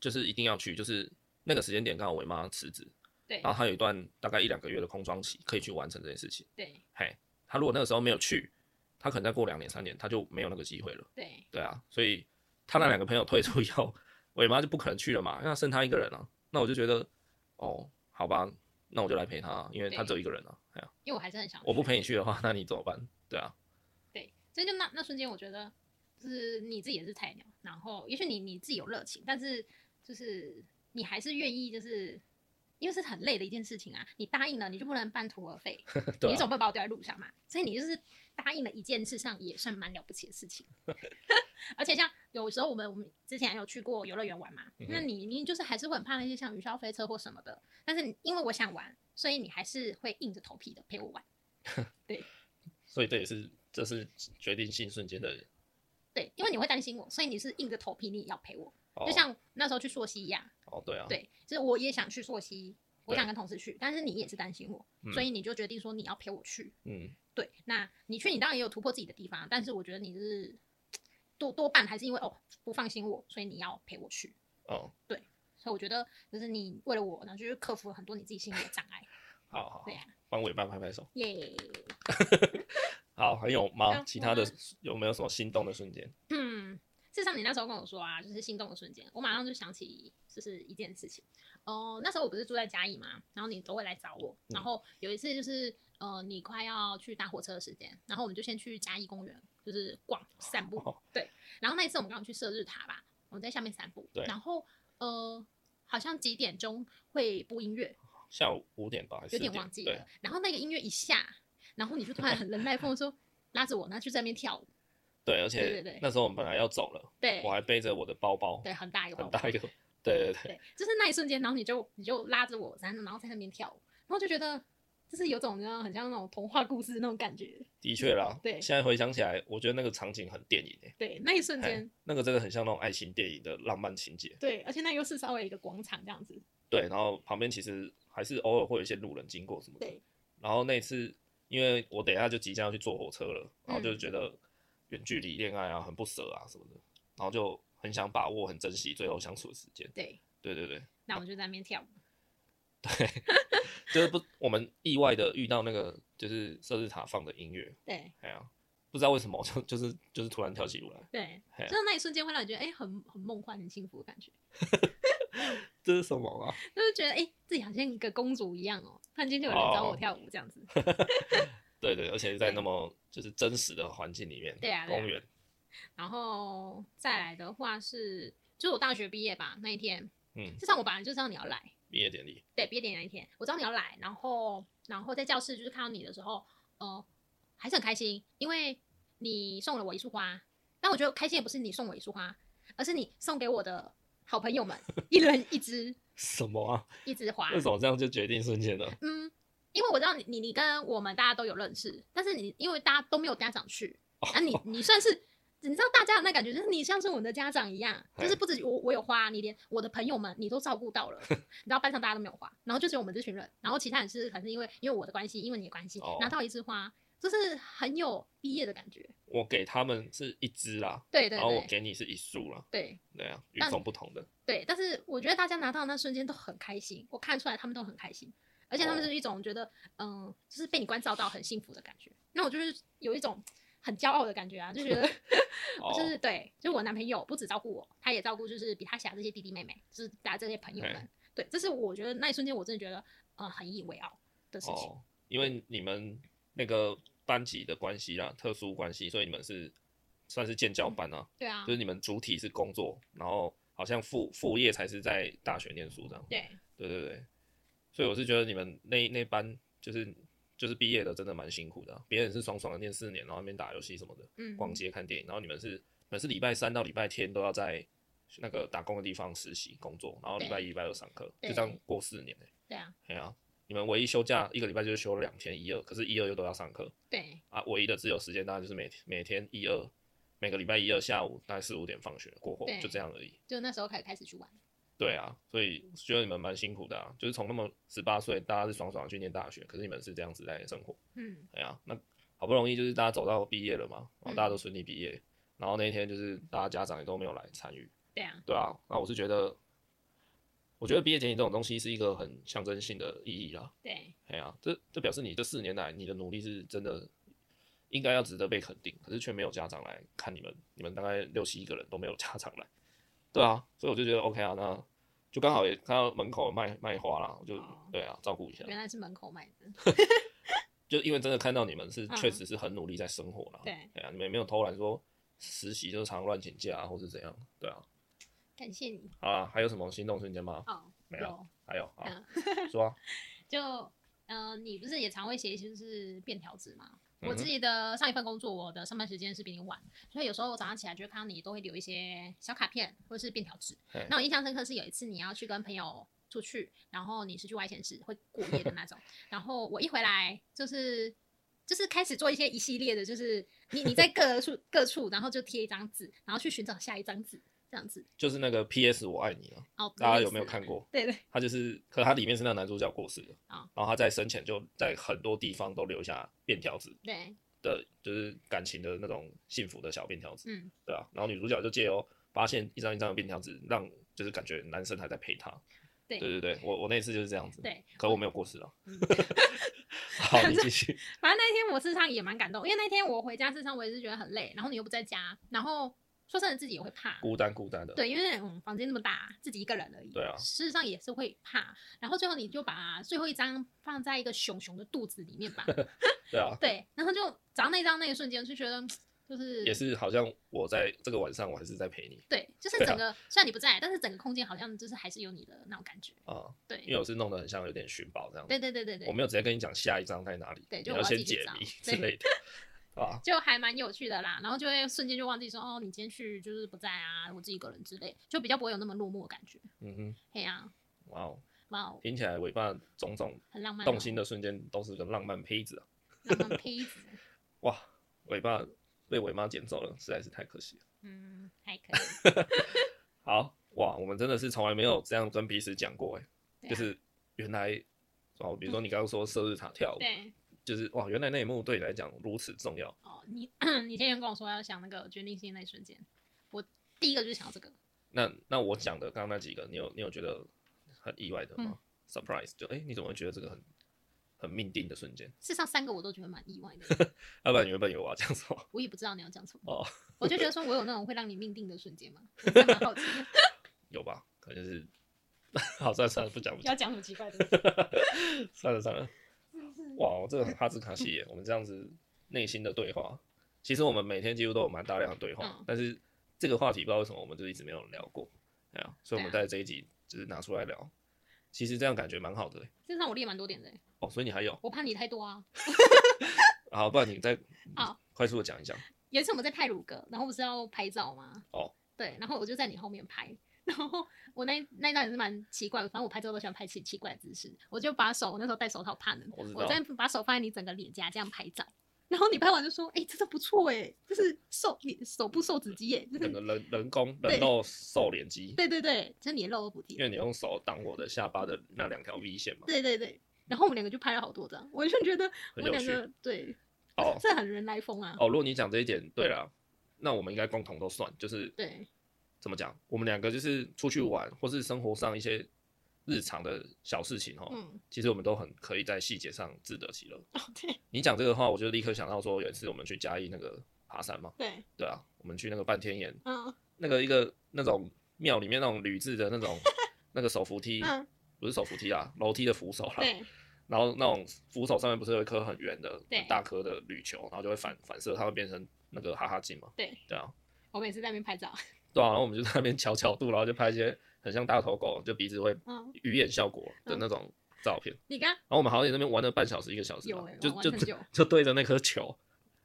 S1: 就是一定要去？就是那个时间点刚好我妈辞职，
S2: 对
S1: 然后她有一段大概一两个月的空窗期，可以去完成这件事情。
S2: 对
S1: 嘿，她如果那个时候没有去，她可能再过两年三年，她就没有那个机会了。
S2: 对
S1: 对啊，所以她那两个朋友退出以后， 我妈就不可能去了嘛，因为她剩她一个人啊。那我就觉得，哦，好吧，那我就来陪她啊，因为她只有一个人啊。哎呀、
S2: 因为我还是很想去。
S1: 我不陪你去的话，那你怎么办？对啊，
S2: 对，所以就那那瞬间，我觉得就是你自己也是菜鸟，然后也许你你自己有热情，但是就是你还是愿意，就是因为是很累的一件事情啊，你答应了，你就不能半途而废，
S1: 对
S2: 你
S1: 啊
S2: 总不能把我丢在路上嘛。所以你就是答应了一件事上，也算蛮了不起的事 情。而且像有时候我们我们之前有去过游乐园玩嘛，
S1: 嗯哼
S2: 那你你就是还是会很怕那些像云霄飞车或什么的，但是因为我想玩，所以你还是会硬着头皮的陪我玩。
S1: 所以这也是这是决定性瞬间的。
S2: 对，因为你会担心我，所以你是硬着头皮你也要陪我。
S1: 哦
S2: 就像那时候去溯溪一样，
S1: 哦，对啊，
S2: 对，就是我也想去溯溪，我
S1: 对
S2: 想跟同事去，但是你也是担心我，
S1: 嗯
S2: 所以你就决定说你要陪我去。
S1: 嗯，
S2: 对，那你去你当然也有突破自己的地方，但是我觉得你就是多多半还是因为哦不放心我，所以你要陪我去。
S1: 哦，
S2: 所以我觉得就是你为了我，然后就是克服了很多你自己心里的障碍。
S1: 好好，好
S2: 对啊，
S1: 帮尾巴拍拍手。
S2: 耶、
S1: 好，还有吗？
S2: 嗯
S1: 其他的
S2: 我吗
S1: 有没有什么心动的瞬间？
S2: 嗯，事实上你那时候跟我说啊，就是心动的瞬间，我马上就想起就是一件事情。哦、那时候我不是住在嘉义嘛，然后你都会来找我。
S1: 嗯
S2: 然后有一次就是呃，你快要去搭火车的时间，然后我们就先去嘉义公园，就是逛散步。
S1: 哦
S2: 对，然后那一次我们刚好去射日塔吧，我们在下面散步。
S1: 对
S2: 然后呃，好像几点钟会播音乐，
S1: 下午五点吧，还是四
S2: 有点
S1: 点？
S2: 忘记
S1: 对
S2: 了，。然后那个音乐一下，然后你就突然很人来疯 地说拉着我，然后就在那边跳舞。
S1: 对，而
S2: 对对
S1: 且
S2: 对
S1: 那时候我们本来要走了，
S2: 对
S1: 我还背着我的包包，
S2: 对，很大一个
S1: 很
S2: 包包
S1: 大一个。对对对，
S2: 对，就是那一瞬间，然后你就你就拉着我，然后然后在那边跳舞，然后就觉得就是有种你知道很像那种童话故事那种感觉。
S1: 的确啦。
S2: 对
S1: 现在回想起来，我觉得那个场景很电影诶、
S2: 对，那一瞬
S1: 嘿
S2: 间，
S1: 那个真的很像那种爱情电影的浪漫情节。
S2: 对，而且那又是稍微一个广场这样子，
S1: 对，然后旁边其实还是偶尔会有一些路人经过什么的。
S2: 对
S1: 然后那一次，因为我等一下就即将要去坐火车了，然后
S2: 嗯
S1: 就觉得远距离恋爱啊，很不舍啊什么的，然后就很想把握、很珍惜最后相处的时间。
S2: 对，
S1: 对对对，
S2: 那我们就在那边跳舞。
S1: 就是不，我们意外的遇到那个就是射日塔放的音乐，
S2: 对
S1: 哎呀、不知道为什么就就是就是突然跳起舞来，
S2: 对，
S1: 嘿
S2: 就是那一瞬间会让你觉得哎、很很梦幻、很幸福的感觉，
S1: 这是什么啊？
S2: 就是觉得哎、自己好像一个公主一样哦，突然间就有人找
S1: 哦
S2: 我跳舞这样子。
S1: 对对，而且是在
S2: 对
S1: 那么就是真实的环境里面，
S2: 对啊对啊
S1: 公园，
S2: 然后再来的话是，就是我大学毕业吧那一天，
S1: 嗯，
S2: 至少我本来就知道你要来。
S1: 毕业典礼，
S2: 对，毕业典礼那一天，我知道你要来，然后然后在教室就是看到你的时候，呃，还是很开心，因为你送了我一束花。但我觉得开心的不是你送我一束花，而是你送给我的好朋友们 一人一支
S1: 什么啊？
S2: 一支花
S1: 为。什么这样就决定瞬间的？
S2: 嗯，因为我知道你你你跟我们大家都有认识，但是你因为大家都没有家长去，
S1: 哦
S2: 啊 你你算是。你知道大家的那感觉，就是你像是我们的家长一样，就是不止我我有花，啊你连我的朋友们你都照顾 到了。你知道班上大家都没有花，然后就只有我们这群人，然后其他人是可能是因为因为我的关系，因为你的关系
S1: 哦
S2: 拿到一枝花，就是很有毕业的感觉。
S1: 我给他们是一支啦，
S2: 对对
S1: 然后哦我
S2: 对
S1: 给你是一束啦，
S2: 对
S1: 对啊，与
S2: 但
S1: 众不同的。
S2: 对，但是我觉得大家拿到的那瞬间都很开心，我看出来他们都很开心，而且他们
S1: 哦
S2: 是一种觉得，嗯，就是被你关照到很幸福的感觉。那我就是有一种很骄傲的感觉啊，就觉得我
S1: 哦
S2: 就是对，就是我男朋友不只照顾我，他也照顾就是比他小这些弟弟妹妹，就是大家这些朋友
S1: 嘿
S2: 们。对，这是我觉得那一瞬间我真的觉得，呃，很引以为傲的事情。
S1: 哦，因为你们那个班级的关系啦，特殊关系，所以你们是算是建教班啊，
S2: 对啊
S1: 就，是你们主体是工作，然后好像副副业才是在大学念书这样。
S2: 对
S1: 对对对，所以我是觉得你们那那班就是就是毕业的真的蛮辛苦的啊、别人是爽爽的念四年，然后那边打游戏什么的，
S2: 嗯，
S1: 逛街看电影，然后你们是你们是礼拜三到礼拜天都要在那个打工的地方实习工作，然后礼拜一、礼拜二上课，就
S2: 对
S1: 这样过四年、欸
S2: 对啊，
S1: 哎呀，你们唯一休假一个礼拜就是休了两天一二，可是一二又都要上课
S2: 对
S1: 啊。唯一的自由时间当然就是每每天一二，每个礼拜一二下午大概四五点放学过后
S2: 对
S1: 就这样而已。
S2: 就那时候开始开始去玩。
S1: 对啊，所以觉得你们蛮辛苦的啊，就是从那么十八岁大家是爽爽地去念大学，可是你们是这样子在生活。
S2: 嗯，
S1: 哦哎呀，那好不容易就是大家走到毕业了嘛，然后大家都顺利毕业，然后那一天就是大家家长也都没有来参与，
S2: 对啊，
S1: 对啊，那我是觉得，我觉得毕业典礼这种东西是一个很象征性的意义啦。
S2: 对，
S1: 哎呀、这这表示你这四年来你的努力是真的应该要值得被肯定，可是却没有家长来看你们，你们大概六七个人都没有家长来，对啊，所以我就觉得 OK 啊，那就刚好也看到门口卖卖花啦，我就
S2: 哦
S1: 对啊照顾一下，
S2: 原来是门口买的，
S1: 就因为真的看到你们是
S2: 嗯
S1: 确实是很努力在生活啦，
S2: 对，
S1: 哎呀、你们也没有偷懒说实习就是常乱请假啊，或是怎样，对啊，
S2: 感谢你
S1: 好啦，还有什么心动瞬间吗？
S2: 哦，
S1: 没有
S2: 有，
S1: 还有啊，
S2: 嗯，
S1: 说啊，
S2: 就呃，你不是也常会写就是便条纸吗？
S1: 嗯哼
S2: 我自己的上一份工作，我的上班时间是比你晚，所以有时候我早上起来就会看到你都会留一些小卡片或者是便条纸
S1: 嘿。
S2: 那我印象深刻是有一次你要去跟朋友出去，然后你是去外县市会过夜的 那种，然后我一回来就是。就是开始做一些一系列的，就是你你在 各处各处，然后就贴一张纸，然后去寻找下一张纸，这样子。
S1: 就是那个 PS 我爱你啊，
S2: 哦，
S1: 大家有没有
S2: 类似？
S1: 看过？
S2: 对对，
S1: 他就是，可他里面是那个男主角过世的
S2: 啊
S1: 然后他在生前就在很多地方都留下便条纸
S2: 对，
S1: 的，就是感情的那种幸福的小便条纸，
S2: 嗯，
S1: 对啊，然后女主角就借由发现一张一张的便条纸，让就是感觉男生还在陪她，
S2: 对
S1: 对对对，我我那次就是这样子，
S2: 对，
S1: 可我没有过世啊
S2: 嗯。
S1: 好，你继续，
S2: 反正那一天我事实上也蛮感动，因为那天我回家事实上我也是觉得很累，然后你又不在家，然后说真的自己也会怕，
S1: 孤单孤单的，
S2: 对，因为嗯房间那么大，自己一个人而已，
S1: 对啊
S2: 事实上也是会怕。然后最后你就把最后一张放在一个熊熊的肚子里 面吧，
S1: 对啊，
S2: 对，然后就找到那张那个瞬间就觉得嗯就是
S1: 也是好像我在这个晚上我还是在陪你
S2: 对，就是
S1: 对啊
S2: 整个、虽然你不在，但是整个空间好像就是还是有你的那种感觉，
S1: 啊，
S2: 对，
S1: 因为我是弄得很像有点寻宝这样子，
S2: 对对对对对，
S1: 我没有直接跟你讲下一张在哪里，
S2: 对
S1: 你
S2: 就
S1: 要
S2: 我要
S1: 先
S2: 自己去
S1: 解
S2: 找
S1: 谜之
S2: 对
S1: 类 的，啊，
S2: 就还蛮有趣的啦，然后就会瞬间就忘记说哦，你今天去就是不在啊，我自己一个人之类，就比较不会有那么落寞的感觉。
S1: 嗯哼。
S2: 嘿呀、
S1: 哇哦，
S2: 哇哦，
S1: 听起来尾巴种种
S2: 很浪漫、哦
S1: 动心，的瞬间都是个浪漫胚子啊！
S2: 浪漫胚子，
S1: 哇，尾巴被尾妈捡走了，实在是太可惜了。
S2: 嗯，还可以，
S1: 好哇，我们真的是从来没有这样跟彼此讲过哎、
S2: 对啊嗯
S1: 就是原来哦，比如说你刚刚说射日塔跳舞，
S2: 对
S1: 就是哇，原来那一幕对你来讲如此重要。
S2: 哦，你 你今天跟我说要想那个决定性那一瞬间，我第一个就是想到这个，
S1: 那那我讲的刚刚那几个，你有你有觉得很意外的吗、
S2: 嗯
S1: s u r p r i s e 就哎、你怎么会觉得这个很很命定的瞬间？
S2: 事实上三个我都觉得蛮意外的，
S1: 要
S2: 嗯
S1: 不然原本有啊，这样说
S2: 我也不知道你要讲什么，
S1: 哦，
S2: 我就觉得说我有那种会让你命定的瞬间嘛，我真的蛮好奇 的，
S1: 有吧？可能就是。 好，算了算了，不讲不讲
S2: 要。讲什么奇怪的，
S1: 算了算了，哇，我这个很哈兹卡西耶，我们这样子内心的对话，其实我们每天几乎都有蛮大量的对话，
S2: 嗯
S1: 但是这个话题不知道为什么我们就一直没有聊过，哎呀、所以我们
S2: 对啊
S1: 在这一集就是拿出来聊，其实这样感觉蛮好的欸
S2: 事实上我列蛮多点的欸，
S1: 哦，所以你还有，
S2: 我怕你太多啊。
S1: 好，不然你再嗯
S2: 好
S1: 快速的讲一讲，
S2: 有一次我们在泰鲁阁，然后不是要拍照吗？
S1: 哦，
S2: 对，然后我就在你后面拍，然后我那那一段也是蛮奇怪的，反正我拍照都喜欢拍奇奇怪的姿势，我就把手，我那时候戴手套怕冷，
S1: 我知道
S2: 我再把手放在你整个脸颊这样拍照，然后你拍完就说，哎、真的不错哎，就是瘦你手部瘦子肌耶，就
S1: 整
S2: 是
S1: 个人人工
S2: 嗯对
S1: 人肉瘦脸肌，
S2: 对对对，就是你的肉补
S1: 因
S2: 贴，
S1: 为你用手挡我的下巴的那两条 V 线嘛，
S2: 对对对，然后我们两个就拍了好多张，我就觉得我
S1: 很
S2: 们
S1: 有
S2: 两
S1: 趣
S2: 个对，
S1: 哦
S2: 这很人来疯啊，
S1: 哦，如果你讲这一点，对了，那我们应该共同都算，就是
S2: 对
S1: 怎么讲？我们两个就是出去玩，
S2: 嗯
S1: 或是生活上一些日常的小事情哦，
S2: 嗯，
S1: 其实我们都很可以在细节上自得其乐。
S2: 哦对
S1: 你讲这个话，我就立刻想到说，有一次我们去嘉义那个爬山嘛，
S2: 对，
S1: 对啊，我们去那个半天岩，
S2: 嗯
S1: 那个一个那种庙里面那种铝制的那 种那个手扶梯，
S2: 嗯
S1: 不是手扶梯啦，楼梯的扶手啦，
S2: 对
S1: 然后那种扶手上面不是有一颗很圆的、
S2: 对
S1: 很大颗的铝球，然后就会反反射，它会变成那个哈哈镜嘛，
S2: 对，
S1: 对啊，
S2: 我每次在那边拍照，
S1: 对
S2: 嗯
S1: 啊，然后我们就在那边瞧角度，然后就拍一些很像大头狗，就鼻子会
S2: 嗯，
S1: 鱼眼效果的那种照片。
S2: 你刚。
S1: 然后我们好像在那边玩了半小时、一个小时吧
S2: 有欸，
S1: 就
S2: 玩
S1: 就
S2: 很
S1: 就
S2: 久
S1: 就对着那颗球，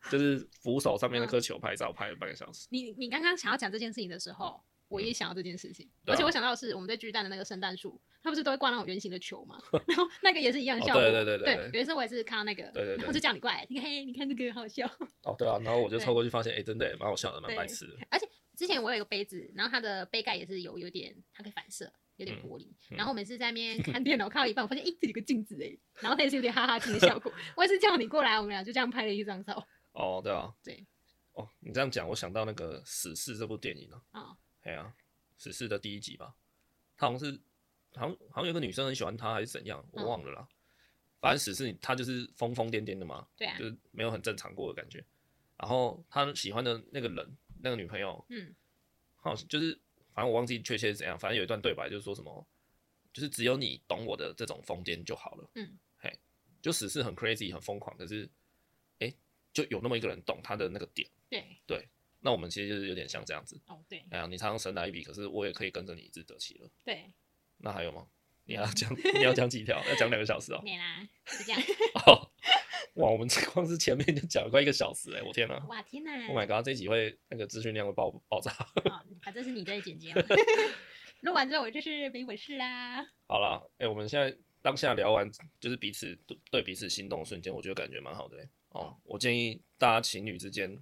S1: 就是扶手上面
S2: 嗯
S1: 那颗球拍照，拍了半个小时。
S2: 你你刚刚想要讲这件事情的时候，我也想到这件事情，
S1: 对啊
S2: 而且我想到的是我们在巨蛋的那个圣诞树，它不是都会挂那种圆形的 球嘛？然后那个也是一样的
S1: 哦
S2: 效果。
S1: 对对对对
S2: 对
S1: 对
S2: 有一次我也是看到那个，
S1: 对对对
S2: 然后就叫你过来，你看，嘿，你看这个好笑。
S1: 哦，对啊，然后我就
S2: 对
S1: 凑过去发现，哎，真的也蛮好笑的，蛮
S2: 对
S1: 白痴的。
S2: 而且之前我有一个杯子，然后它的杯盖也是有有点，它可以反射。有点
S1: 嗯
S2: 玻璃，
S1: 嗯
S2: 然后我每次在那 边看电脑看到一半，我发现诶，这里有个镜子哎，然后它也是有点哈哈镜的效果。我也是叫你过来，我们俩就这样拍了一张照。
S1: 哦，对啊，
S2: 对，
S1: 哦，你你这样讲，我想到那个《死侍》这部电影啊，
S2: 啊，
S1: 哎呀、死侍》的第一集吧，他好像是好像好像有个女生很喜欢他还是怎样，我
S2: 嗯
S1: 忘了啦。反正死侍他就是疯疯癫癫的嘛，
S2: 对啊
S1: 就，是没有很正常过的感觉。然后他喜欢的那个人，那个女朋友，
S2: 嗯，
S1: 好像就是反正我忘记确切是怎样，反正有一段对白就是说什么，就是只有你懂我的这种疯癫就好了。
S2: 嗯，
S1: 嘿，就死侍很 crazy 很疯狂，可是哎、就有那么一个人懂他的那个点。
S2: 对，
S1: 那我们其实就是有点像这样子，
S2: 哦，对，
S1: 哎呀，你常常神来一笔，可是我也可以跟着你一直得其乐。
S2: 对，
S1: 那还有吗？你还要讲，你要讲几条？要讲两个小时哦。
S2: 没啦，就这样。
S1: 哦，哇，我们 这光是前面就讲了快一个小时哎、 我天哪、
S2: 哇，天哪！
S1: Oh my god，这一集会那个资讯量会爆爆炸。
S2: 哦，反正是你在剪辑嘛。录完之后我就是没我事啦。
S1: 好啦，哎、我们现在当下聊完，就是彼此对对彼此心动的瞬间，我觉得感觉蛮好的、欸。哦，
S2: 嗯
S1: 我建议大家情侣之间，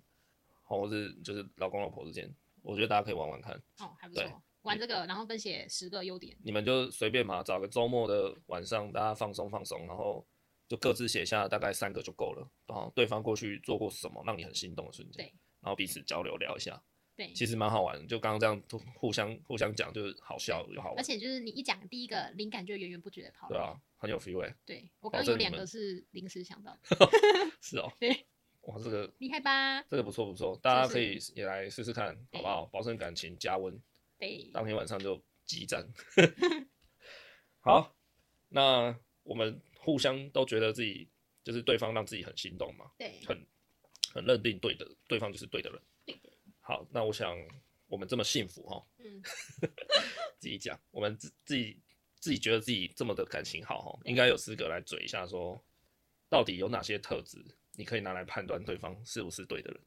S1: 或是就是老公老婆之间，我觉得大家可以玩玩看。
S2: 哦，还不
S1: 对
S2: 错，玩这个，然后分写十个优点。
S1: 你们就随便嘛，找个周末的晚上，大家放松放松，然后就各自写下大概三个就够了。然后对方过去做过什么让你很心动的瞬间，
S2: 对
S1: 然后彼此交流聊一下，
S2: 对，
S1: 其实蛮好玩的。就刚刚这样互互相互相讲，就是好笑又好
S2: 而
S1: 玩，
S2: 且就是你一讲第一个灵感就源源不绝的跑
S1: 对
S2: 来。
S1: 啊，很有 feel 哎、
S2: 对，我
S1: 保
S2: 刚刚
S1: 证
S2: 有
S1: 你
S2: 两
S1: 们
S2: 个是临时想到的，
S1: 是哦，
S2: 对，
S1: 哇，这个
S2: 厉害吧？
S1: 这个不错不错，
S2: 是
S1: 大家可以也来试试看，好不好？
S2: 哎
S1: 保证感情加温，
S2: 对，
S1: 当天晚上就激 战。好，那我们互相都觉得自己就是对方让自己很心动嘛，
S2: 对，
S1: 很很认定对的，对方就是对的人。
S2: 对的，
S1: 好，那我想我们这么幸福哈，
S2: 嗯，
S1: 自己讲，我们自自己自己觉得自己这么的感情好哈，应该有资格来嘴一下说，到底有哪些特质你可以拿来判断对方是不是对的人。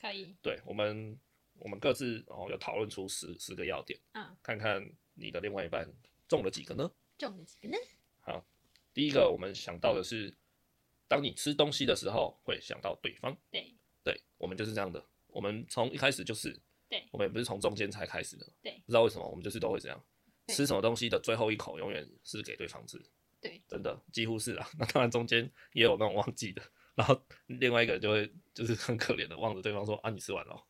S2: 可以，
S1: 对我们我们各自哦有讨论出十十个要点，
S2: 嗯，
S1: 看看你的另外一半中了几个呢？
S2: 中了几个呢？
S1: 好，第一个我们想到的是，当你吃东西的时候会想到对方，
S2: 对
S1: 对我们就是这样的，我们从一开始就是，
S2: 对
S1: 我们也不是从中间才开始的，
S2: 对
S1: 不知道为什么我们就是都会这样。
S2: 对
S1: 吃什么东西的最后一口永远是给对方吃，
S2: 对
S1: 真的几乎是啊。 那当然中间也有那种忘记的，然后另外一个人就会就是很可怜的望着对方说啊你吃完了 哦，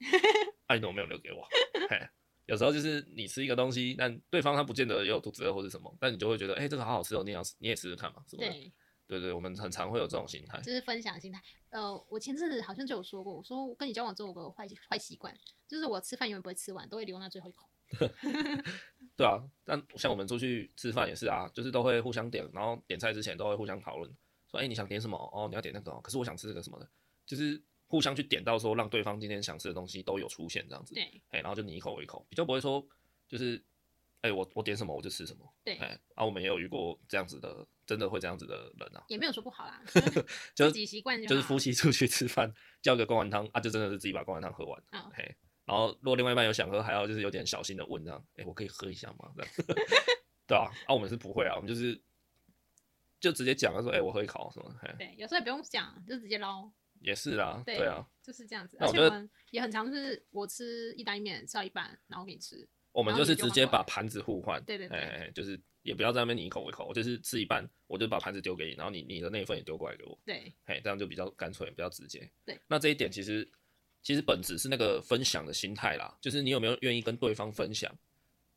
S1: 啊你怎么没有留给我？ 嘿，有时候就是你吃一个东西，但对方他不见得也有肚子饿或是什么，但你就会觉得哎、这个好好吃哦，你也要吃你也试试看嘛，什么的。
S2: 对，
S1: 对对，我们很常会有这种心态。
S2: 就是分享心态。呃，我前阵子好像就有说过，我说我跟你交往之后，我有个坏坏习惯，就是我吃饭永远不会吃完，都会留那最后一口。
S1: 对啊，但像我们出去吃饭也是啊，就是都会互相点，然后点菜之前都会互相讨论，说哎、你想点什么？哦，你要点那个、哦，可是我想吃这个什么的，就是互相去点到说让对方今天想吃的东西都有出现这样子，
S2: 对
S1: 哎、然后就你一口我一口，比较不会说就是哎、我我点什么我就吃什么，
S2: 对
S1: 哎、，啊我们也有遇过这样子的，真的会这样子的人啊，
S2: 也没有说不好 啦，就是
S1: 就
S2: 自己习惯
S1: 就是
S2: 好
S1: 夫妻出去吃饭叫个公碗汤啊，就真的是自己把公碗汤喝完，
S2: 啊
S1: 嘿，然后如果另外一半有想喝，还要就是有点小心的问这样，哎、我可以喝一下吗？这样， 对啊，啊，我们是不会啊，我们就是就直接讲他说，哎、我喝一口什么，嘿，
S2: 对，有时候也不用讲，就直接捞，
S1: 也是啦，
S2: 对
S1: 对啊，
S2: 就是这样子。
S1: 那
S2: 而
S1: 我
S2: 且
S1: 觉
S2: 我
S1: 得
S2: 们也很常是我吃意大利面吃到一半，然后给你吃。
S1: 我们
S2: 然后
S1: 就是
S2: 你就
S1: 直接
S2: 换过
S1: 把盘子互换，
S2: 对对对
S1: 哎、哎就是也不要在那边你一口我一口，我就是吃一半，我就把盘子丢给你，然后你你的那一份也丢过来给我，
S2: 对
S1: 嘿，这样就比较干脆，比较直接。
S2: 对，
S1: 那这一点其实其实本质是那个分享的心态啦，就是你有没有愿意跟对方分享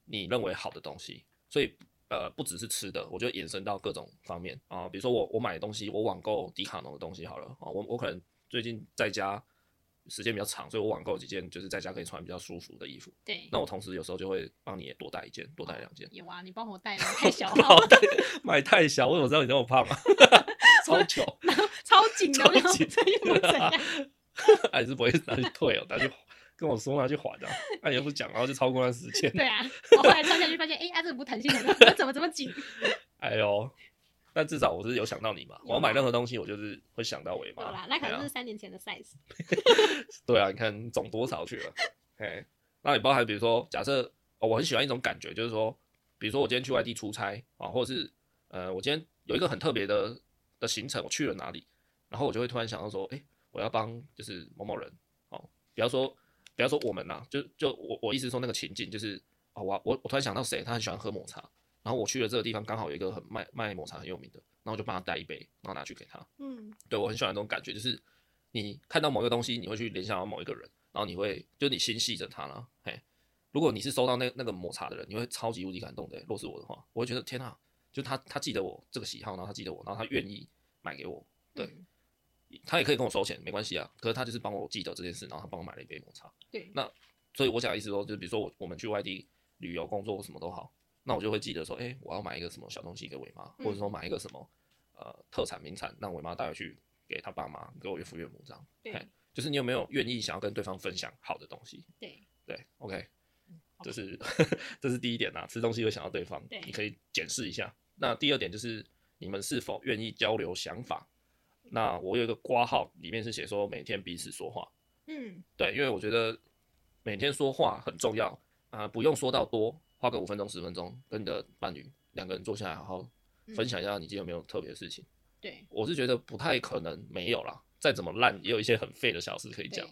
S1: 你认为好的东西。所以呃，不只是吃的，我觉得延伸到各种方面啊，比如说我我买东西，我网购迪卡侬的东西好了啊，我我可能最近在家时间比较长，所以我网购几件就是在家可以穿比较舒服的衣服。
S2: 对，
S1: 那我同时有时候就会帮你也多带一件，多带两件。
S2: 有啊，你帮我 带了太小
S1: 不好
S2: 号，
S1: 带，买太小，我怎么知道你那么胖啊？超糗。
S2: 超紧的，
S1: 超
S2: 然后
S1: 紧
S2: 这又怎 样？
S1: 还是不会拿去退哦，拿去跟我说拿去还的、啊，那也不讲，然后就超过那时间。
S2: 对啊，我后来穿下去发现，哎、啊，这个不弹性的， 怎么这 么紧？
S1: 哎呦，但至少我是有想到你嘛，
S2: 有
S1: 我要买
S2: 啦
S1: 任何东西，我就是会想到尾
S2: 有
S1: 嘛。
S2: 啦，那可能
S1: 对
S2: 是
S1: 啊
S2: 三年前的 size。
S1: 对啊，你看总多少去了，哎，那你包含比如说，假设、哦、我很喜欢一种感觉，就是说，比如说我今天去外地出差啊、或者是呃，我今天有一个很特别的的行程，我去了哪里，然后我就会突然想到说，哎、我要帮就是某某人哦，比方说，比方说我们呐、就就我我意思说那个情境就是啊、哦，我我我突然想到谁，他很喜欢喝抹茶，然后我去了这个地方，刚好有一个很卖卖抹茶很有名的，然后我就帮他带一杯，然后拿去给他，
S2: 嗯，
S1: 对我很喜欢这种感觉，就是你看到某一个东西，你会去联想到某一个人，然后你会就你心系着他了，嘿，如果你是收到那那个抹茶的人，你会超级无敌感动的。若是我的话，我会觉得天啊，就他他记得我这个喜好，然后他记得我，然后他愿意买给我，对
S2: 嗯
S1: 他也可以跟我收钱，没关系啊。可是他就是帮我记得这件事，然后他帮我买了一杯抹茶。
S2: 对
S1: 那所以我想的意思说，就是比如说我我们去外地旅游、工作什么都好，那我就会记得说，哎、我要买一个什么小东西给伟妈，
S2: 嗯
S1: 或者说买一个什么呃特产名产，让伟妈带回去给她爸妈、给我岳父岳母这样。嘿
S2: 对
S1: 就是你有没有愿意想要跟对方分享好的东西？
S2: 对
S1: 对，OK，
S2: 好
S1: 这是 这是第一点呐、吃东西会想到对方，
S2: 对
S1: 你可以检视一下。那第二点就是你们是否愿意交流想法？那我有一个挂号，里面是写说每天彼此说话，
S2: 嗯
S1: 对，因为我觉得每天说话很重要啊、不用说到多，花个五分钟十分钟，跟你的伴侣两个人坐下来好好
S2: 嗯
S1: 分享一下你今天有没有特别的事情。
S2: 对
S1: 我是觉得不太可能没有啦，再怎么烂也有一些很废的小事可以讲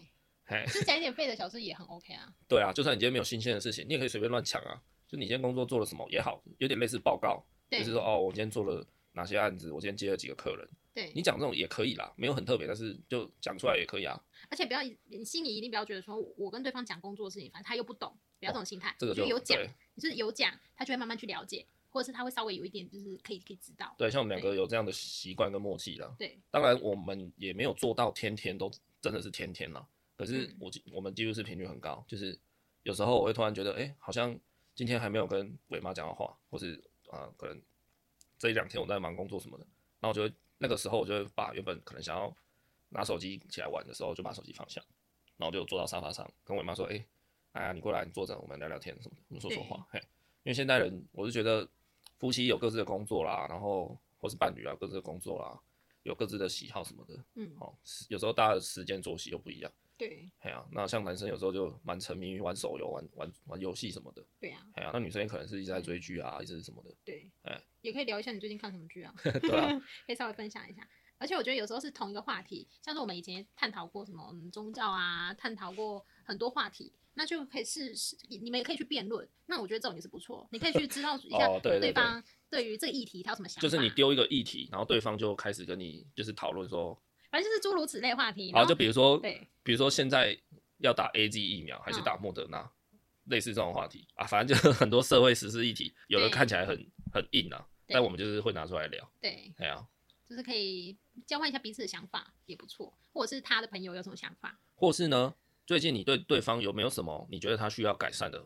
S2: 对。，
S1: 嘿，
S2: 就讲一点废的小事也很 OK 啊。
S1: 对啊，就算你今天没有新鲜的事情，你也可以随便乱抢啊。就你今天工作做了什么也好，有点类似报告，就
S2: 对，
S1: 是说哦，我今天做了哪些案子，我今天接了几个客人，
S2: 对
S1: 你，讲这种也可以啦，没有很特别，但是就讲出来也可以啊。
S2: 而且不要你心里一定不要觉得说我我跟对方讲工作的事情，反正他又不懂，不要这种心态，
S1: 哦这个
S2: 就
S1: 就
S2: 有讲
S1: 对，
S2: 你就是有讲，他就会慢慢去了解，或者是他会稍微有一点就是可以可以知道。
S1: 对，像我们两个有这样的习惯跟默契啦。
S2: 对
S1: 当然，我们也没有做到天天都真的是天天啦。可是
S2: 嗯
S1: 我、我们几乎是频率很高，就是有时候我会突然觉得，哎、好像今天还没有跟伟妈讲到话，或是啊、呃可能这一两天我在忙工作什么的，然后我就会那个时候我就会把原本可能想要拿手机起来玩的时候，就把手机放下，然后就坐到沙发上，跟伟妈说，哎、哎呀，你过来，你坐着，我们聊聊天什么的，我们说说话，嘿。因为现代人，我是觉得夫妻有各自的工作啦，然后或是伴侣啊，各自的工作啦，有各自的喜好什么的。
S2: 嗯，
S1: 哦，时有时候大家的时间作息又不一样。
S2: 对
S1: 哎呀、那像男生有时候就蛮沉迷于玩手游、玩玩玩游戏什么的。
S2: 对啊，
S1: 哎呀、那女生也可能是一直在追剧啊，一直是什么的。
S2: 对
S1: 哎，
S2: 也可以聊一下你最近看什么剧啊，
S1: 对啊，
S2: 可以稍微分享一下。而且我觉得有时候是同一个话题，像是我们以前探讨过什么嗯宗教啊，探讨过很多话题，那就可以试试，你你们也可以去辩论。那我觉得这种也是不错，你可以去知道一下
S1: 哦对对对
S2: 方对于这个议题他有什么想法，
S1: 就是你丢一个议题，然后对方就开始跟你就是讨论说，
S2: 反正就是诸如此类话题。
S1: 然后就
S2: 后
S1: 比如说，
S2: 对嗯
S1: 比如说现在要打 A Z 疫苗还是打莫德纳，类似这种话题啊，反正就是 很多社会时事议题，有的
S2: 对
S1: 看起来很很硬啊，
S2: 对
S1: 但我们就是会拿出来聊。
S2: 对，
S1: 哎呀、
S2: 就是可以交换一下彼此的想法也不错，或者是他的朋友有什么想法，
S1: 或是呢，最近你对对方有没有什么你觉得他需要改善的，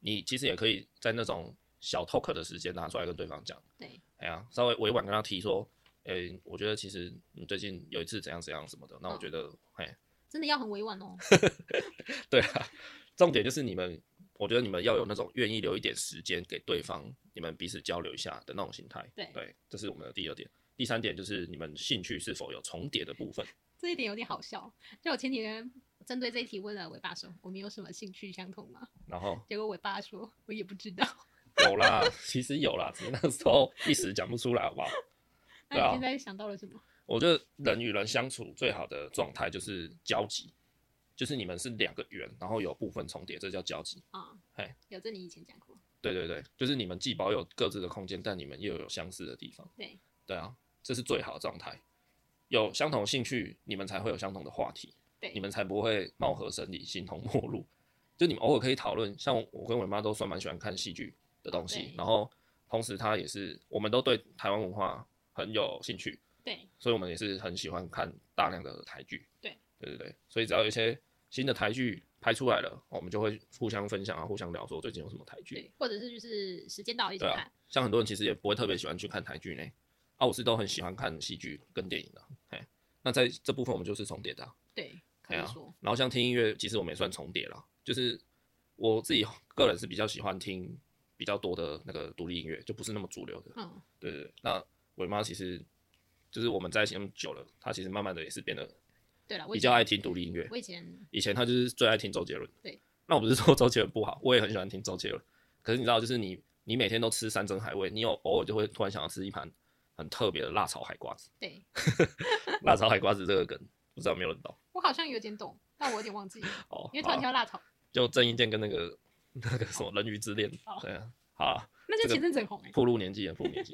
S1: 你其实也可以在那种小 talk 的时间拿出来跟对方讲。
S2: 对
S1: 哎呀，稍微委婉跟他提说，诶、我觉得其实你最近有一次怎样怎样什么的，那我
S2: 嗯
S1: 觉得，哎、
S2: 真的要很委婉哦。
S1: 对啊，重点就是你们，我觉得你们要有那种愿意留一点时间给对方，你们彼此交流一下的那种心态。
S2: 对
S1: 对，这是我们的第二点。第三点就是你们兴趣是否有重叠的部分。
S2: 这一点有点好笑。就我前几天针对这一题问了尾巴说，我们有什么兴趣相同吗？
S1: 然后
S2: 结果尾巴说，我也不知道。
S1: 有啦， 其实有啦，只是那时候一时讲不出来，好不好？
S2: 那
S1: 对啊
S2: 你现在想到了什么？
S1: 我觉得人与人相处最好的状态就是交集，就是你们是两个圆，然后有部分重叠，这叫交集。
S2: 啊、
S1: 嘿
S2: 有这你以前讲过，
S1: 对对对，就是你们既保有各自的空间，但你们又有相似的地方。
S2: 对
S1: 对啊，这是最好的状态。有相同的兴趣，你们才会有相同的话题，
S2: 对，
S1: 你们才不会貌合神离、形同陌路。就你们偶尔可以讨论，像我跟我妈都算蛮喜欢看戏剧的东西
S2: 对，
S1: 然后同时她也是，我们都对台湾文化很有兴趣，
S2: 对
S1: 所以我们也是很喜欢看大量的台剧。
S2: 对，
S1: 对对对，所以只要有一些新的台剧拍出来了，我们就会互相分享啊，互相聊说最近有什么台剧。
S2: 对，或者是就是时间到了一起
S1: 对啊
S2: 看，
S1: 像很多人其实也不会特别喜欢去看台剧呢，啊，我是都很喜欢看戏剧跟电影的、哎，那在这部分我们就是重叠的啊、
S2: 对，可
S1: 哎呀
S2: 以说，
S1: 然后像听音乐，其实我们也算重叠了，就是我自己个人是比较喜欢听比较多的那个独立音乐，就不是那么主流的。
S2: 嗯，
S1: 对对对，那伟妈其实就是我们在一起那么久了，她其实慢慢的也是变得
S2: 对了，我以
S1: 比较
S2: 前
S1: 爱听独立音乐。
S2: 我以前
S1: 以前他就是最爱听周杰伦。
S2: 对，
S1: 那我不是说周杰伦不好，我也很喜欢听周杰伦。可是你知道，就是你你每天都吃山珍海味，你有偶尔就会突然想要吃一盘很特别的辣炒海瓜子。
S2: 对
S1: 辣炒海瓜子这个梗，不知道有没有人懂
S2: 我好像有点懂，但我有点忘记了，
S1: 哦。
S2: 因为突然
S1: 好啊
S2: 跳辣炒，
S1: 就郑伊健跟那个那个什么《人鱼之恋》
S2: 哦
S1: 对啊，好啊，
S2: 那
S1: 这
S2: 就
S1: 个
S2: 前阵子很红哎、
S1: 步入年纪了，步入 年纪。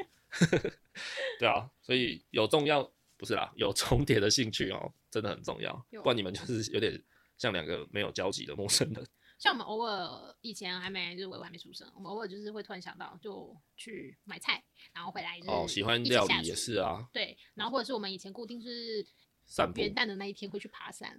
S1: 对啊，所以有重要不是啦，有重叠的兴趣哦，真的很重要
S2: 有。
S1: 不然你们就是有点像两个没有交集的陌生人。
S2: 像我们偶尔以前还没，就是我还没出生，我们偶尔就是会突然想到就去买菜，然后回来就是
S1: 哦，喜欢
S2: 嗯一起
S1: 料
S2: 下
S1: 理也
S2: 厨
S1: 是啊，
S2: 对，然后或者是我们以前固定是
S1: 散步
S2: 元旦的那一天会去爬 山，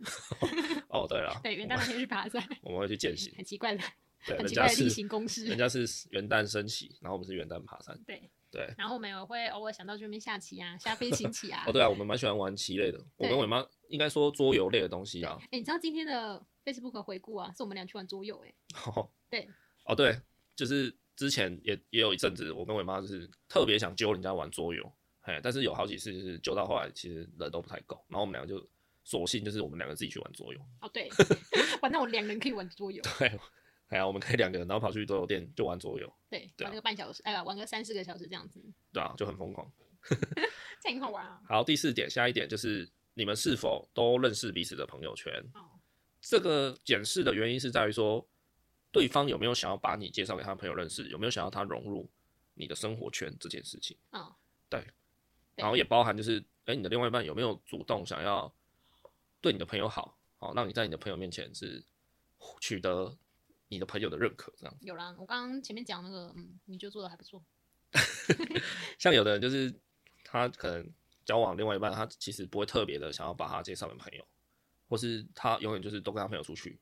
S1: 哦，对了，
S2: 对，元旦那天去爬 山，
S1: 我们会去践行，
S2: 很奇怪的，
S1: 对，
S2: 很
S1: 人
S2: 奇
S1: 家
S2: 怪的
S1: 是
S2: 例行公
S1: 人
S2: 事，
S1: 家是元旦升旗，然后我们是元旦爬山，
S2: 对。
S1: 对。。
S2: 然后我们也会偶尔想到去那边下棋啊，下飞行棋啊
S1: 哦，对啊，我们蛮喜欢玩棋类的。我跟
S2: 对
S1: 我妈应该说桌游类的东西啊。
S2: 哎、你知道今天的 Facebook 回顾啊，是我们俩去玩桌游哎、
S1: 哦，
S2: 对，
S1: 哦对，就是之前也也有一阵子，我跟我妈就是特别想揪人家玩桌游，哎，但是有好几次就是揪到后来，其实人都不太够，然后我们两个就索性就是我们两个自己去玩桌游。
S2: 哦对，玩那种两人可以玩的桌游，
S1: 对，哎呀，我们可以两个人，然后跑去桌游店就玩桌游，
S2: 对，
S1: 对啊
S2: 玩个半小时，哎、玩个三四个小时这样子，
S1: 对啊，就很疯狂。
S2: 这样很好玩啊。
S1: 好，第四点，下一点就是你们是否都认识彼此的朋友圈？
S2: 哦，
S1: 这个检视的原因是在于说，对方有没有想要把你介绍给他朋友认识，有没有想要他融入你的生活圈这件事情，
S2: 嗯，对
S1: 然后也包含就是，哎，你的另外一半有没有主动想要对你的朋友好，好、让你在你的朋友面前是取得你的朋友的认可，这样。
S2: 有啦，我刚刚前面讲那个，嗯，你就做的还不错，
S1: 像有的人就是他可能交往另外一半，他其实不会特别的想要把他介绍给朋友，或是他永远就是都跟他朋友出去，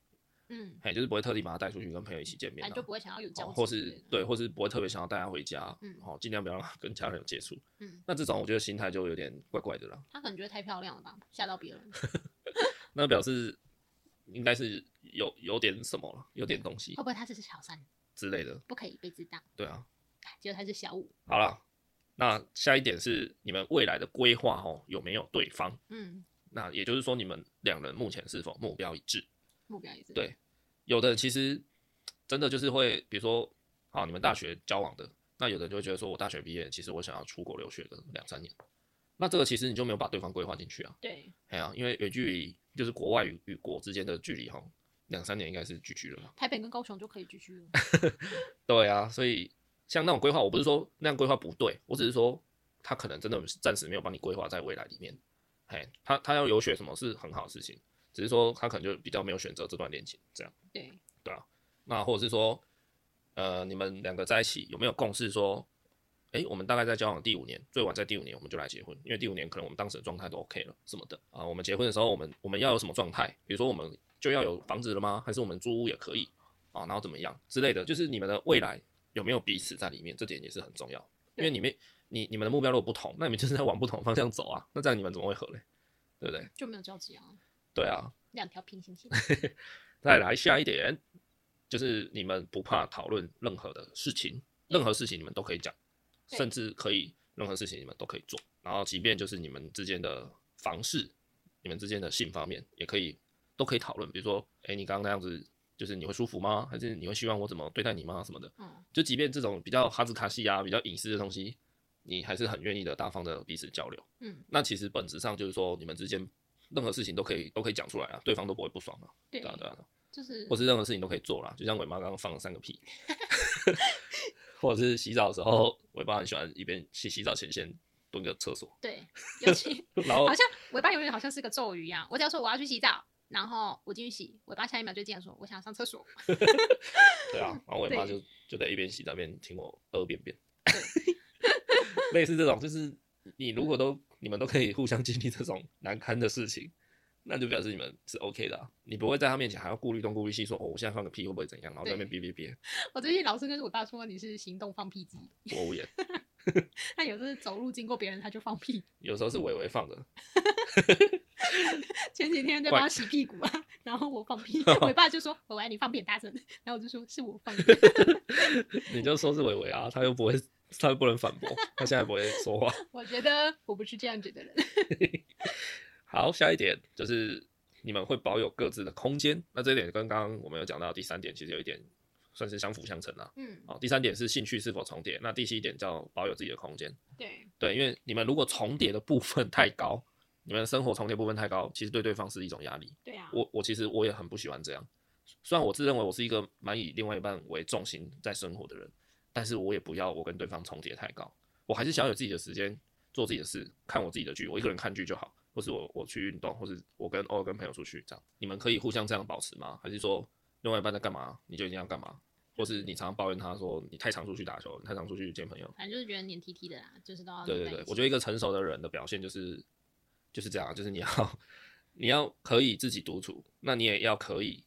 S2: 嗯，
S1: 哎，就是不会特地把他带出去跟朋友一起见面、
S2: 反
S1: 啊，
S2: 正就不会想要有交
S1: 哦
S2: 集、
S1: 或是，对，或是不会特别想要带他回家，
S2: 嗯
S1: 哦，尽量不要让他跟家人有接触。
S2: 嗯，
S1: 那这种我觉得心态就有点怪怪的啦，
S2: 他可能觉得太漂亮了吧，吓到别人，会
S1: 那表示应该是有有点什么了，有点东西
S2: 不会他只是小三，
S1: 之类的，
S2: 不可以被知道，哎
S1: 对啊。
S2: 结果他是小五，
S1: 好了，那下一点是你们未来的规划哦，有没有对方？
S2: 嗯，
S1: 那也就是说，你们两人目前是否目标一致？
S2: 目标也是，
S1: 对有的人其实真的就是会，比如说，好，你们大学交往的，那有的人就会觉得说，我大学毕业，其实我想要出国留学个两三年，那这个其实你就没有把对方规划进去啊，
S2: 对，
S1: 哎呀、因为远距离就是国外与与国之间的距离哈，两三年应该是距距了吧？
S2: 台北跟高雄就可以继续 了，
S1: 对啊，所以像那种规划，我不是说那样规划不对，我只是说他可能真的暂时没有帮你规划在未来里面，哎，他他要留学什么是很好的事情，只是说他可能就比较没有选择这段恋情这样。
S2: 对，
S1: 那或者是说，呃，你们两个在一起有没有共识说，诶，我们大概在交往第五年，最晚在第五年我们就来结婚，因为第五年可能我们当时的状态都 OK 了什么的啊。我们结婚的时候，我们我们要有什么状态？比如说我们就要有房子了吗？还是我们租屋也可以啊？然后怎么样之类的，就是你们的未来有没有彼此在里面，这点也是很重要，因为你们你你们的目标如果不同，那你们就是在往不同的方向走啊，那这样你们怎么会合嘞？对不对？
S2: 就没有交集啊，
S1: 对啊，
S2: 两条平 行线，
S1: 再来下一点，就是你们不怕讨论任何的事情，任何事情你们都可以讲，
S2: 对
S1: 甚至可以任何事情你们都可以做。然后，即便就是你们之间的房事，你们之间的性方面也可以都可以讨论。比如说，哎、你刚刚那样子，就是你会舒服吗？还是你会希望我怎么对待你吗？什么的。
S2: 嗯，
S1: 就即便这种比较哈兹卡西啊、比较隐私的东西，你还是很愿意的大方的彼此交流。
S2: 嗯，
S1: 那其实本质上就是说，你们之间任何事情都可以都可以讲出来啊，对方都不会不爽啊。
S2: 对
S1: 对啊，对啊。对啊
S2: 就是
S1: 或是任何事情都可以做啦，就像尾巴刚刚放了三个屁， 或者是洗澡的时候，尾巴很喜欢一边洗洗澡前先蹲个厕所，
S2: 对，尤其
S1: 然后
S2: 好像尾巴永远好像是个咒语一样。我只要说我要去洗澡，然后我进去洗，尾巴下一秒就这样说我想上厕所。
S1: 对啊，然后尾巴
S2: 对
S1: 就就在一边洗澡一边听我屙便便
S2: 对，
S1: 类似这种，就是你如果都你们都可以互相经历这种难堪的事情，那就表示你们是 OK 的啊、你不会在他面前还要顾虑东顾虑西，说哦我现在放个屁会不会怎样，然后在那边
S2: 对
S1: 哔哔哔，
S2: 我最近老是跟尾巴说你是行动放屁机，
S1: 我无言。
S2: 他有时候走路经过别人他就放屁。
S1: 有时候是微微放的，
S2: 前几天在帮他洗屁股啊，然后我放 屁，尾巴就说尾巴你放屁很大声，然后我就说是我放的。
S1: 你就说是伟伟啊，他又不会，他又不能反驳，他现在不会说话。
S2: 我觉得我不是这样子的人。
S1: 好，下一点就是你们会保有各自的空间，那这一点跟刚刚我们有讲到的第三点其实有一点算是相辅相成啦、
S2: 嗯，
S1: 好，第三点是兴趣是否重叠，那第七点叫保有自己的空间。
S2: 对，
S1: 对，因为你们如果重叠的部分太高，你们生活重叠部分太高，其实对对方是一种压力。
S2: 对啊，
S1: 我我其实我也很不喜欢这样。虽然我自认为我是一个蛮以另外一半为重心在生活的人，但是我也不要我跟对方重叠太高。我还是想要有自己的时间做自己的事，看我自己的剧，我一个人看剧就好。或是我我去运动，或是我跟偶尔跟朋友出去这样，你们可以互相这样保持吗？还是说另外一半在干嘛，你就一定要干嘛？或是你常常抱怨他说你太常出去打球，你太常出去见朋友？
S2: 反正就是觉得黏 T T 的啦，就是都要
S1: 对对
S2: 在一
S1: 对，
S2: 起
S1: 我觉得一个成熟的人的表现就是就是这样，就是你要你要可以自己独处，那你也要可以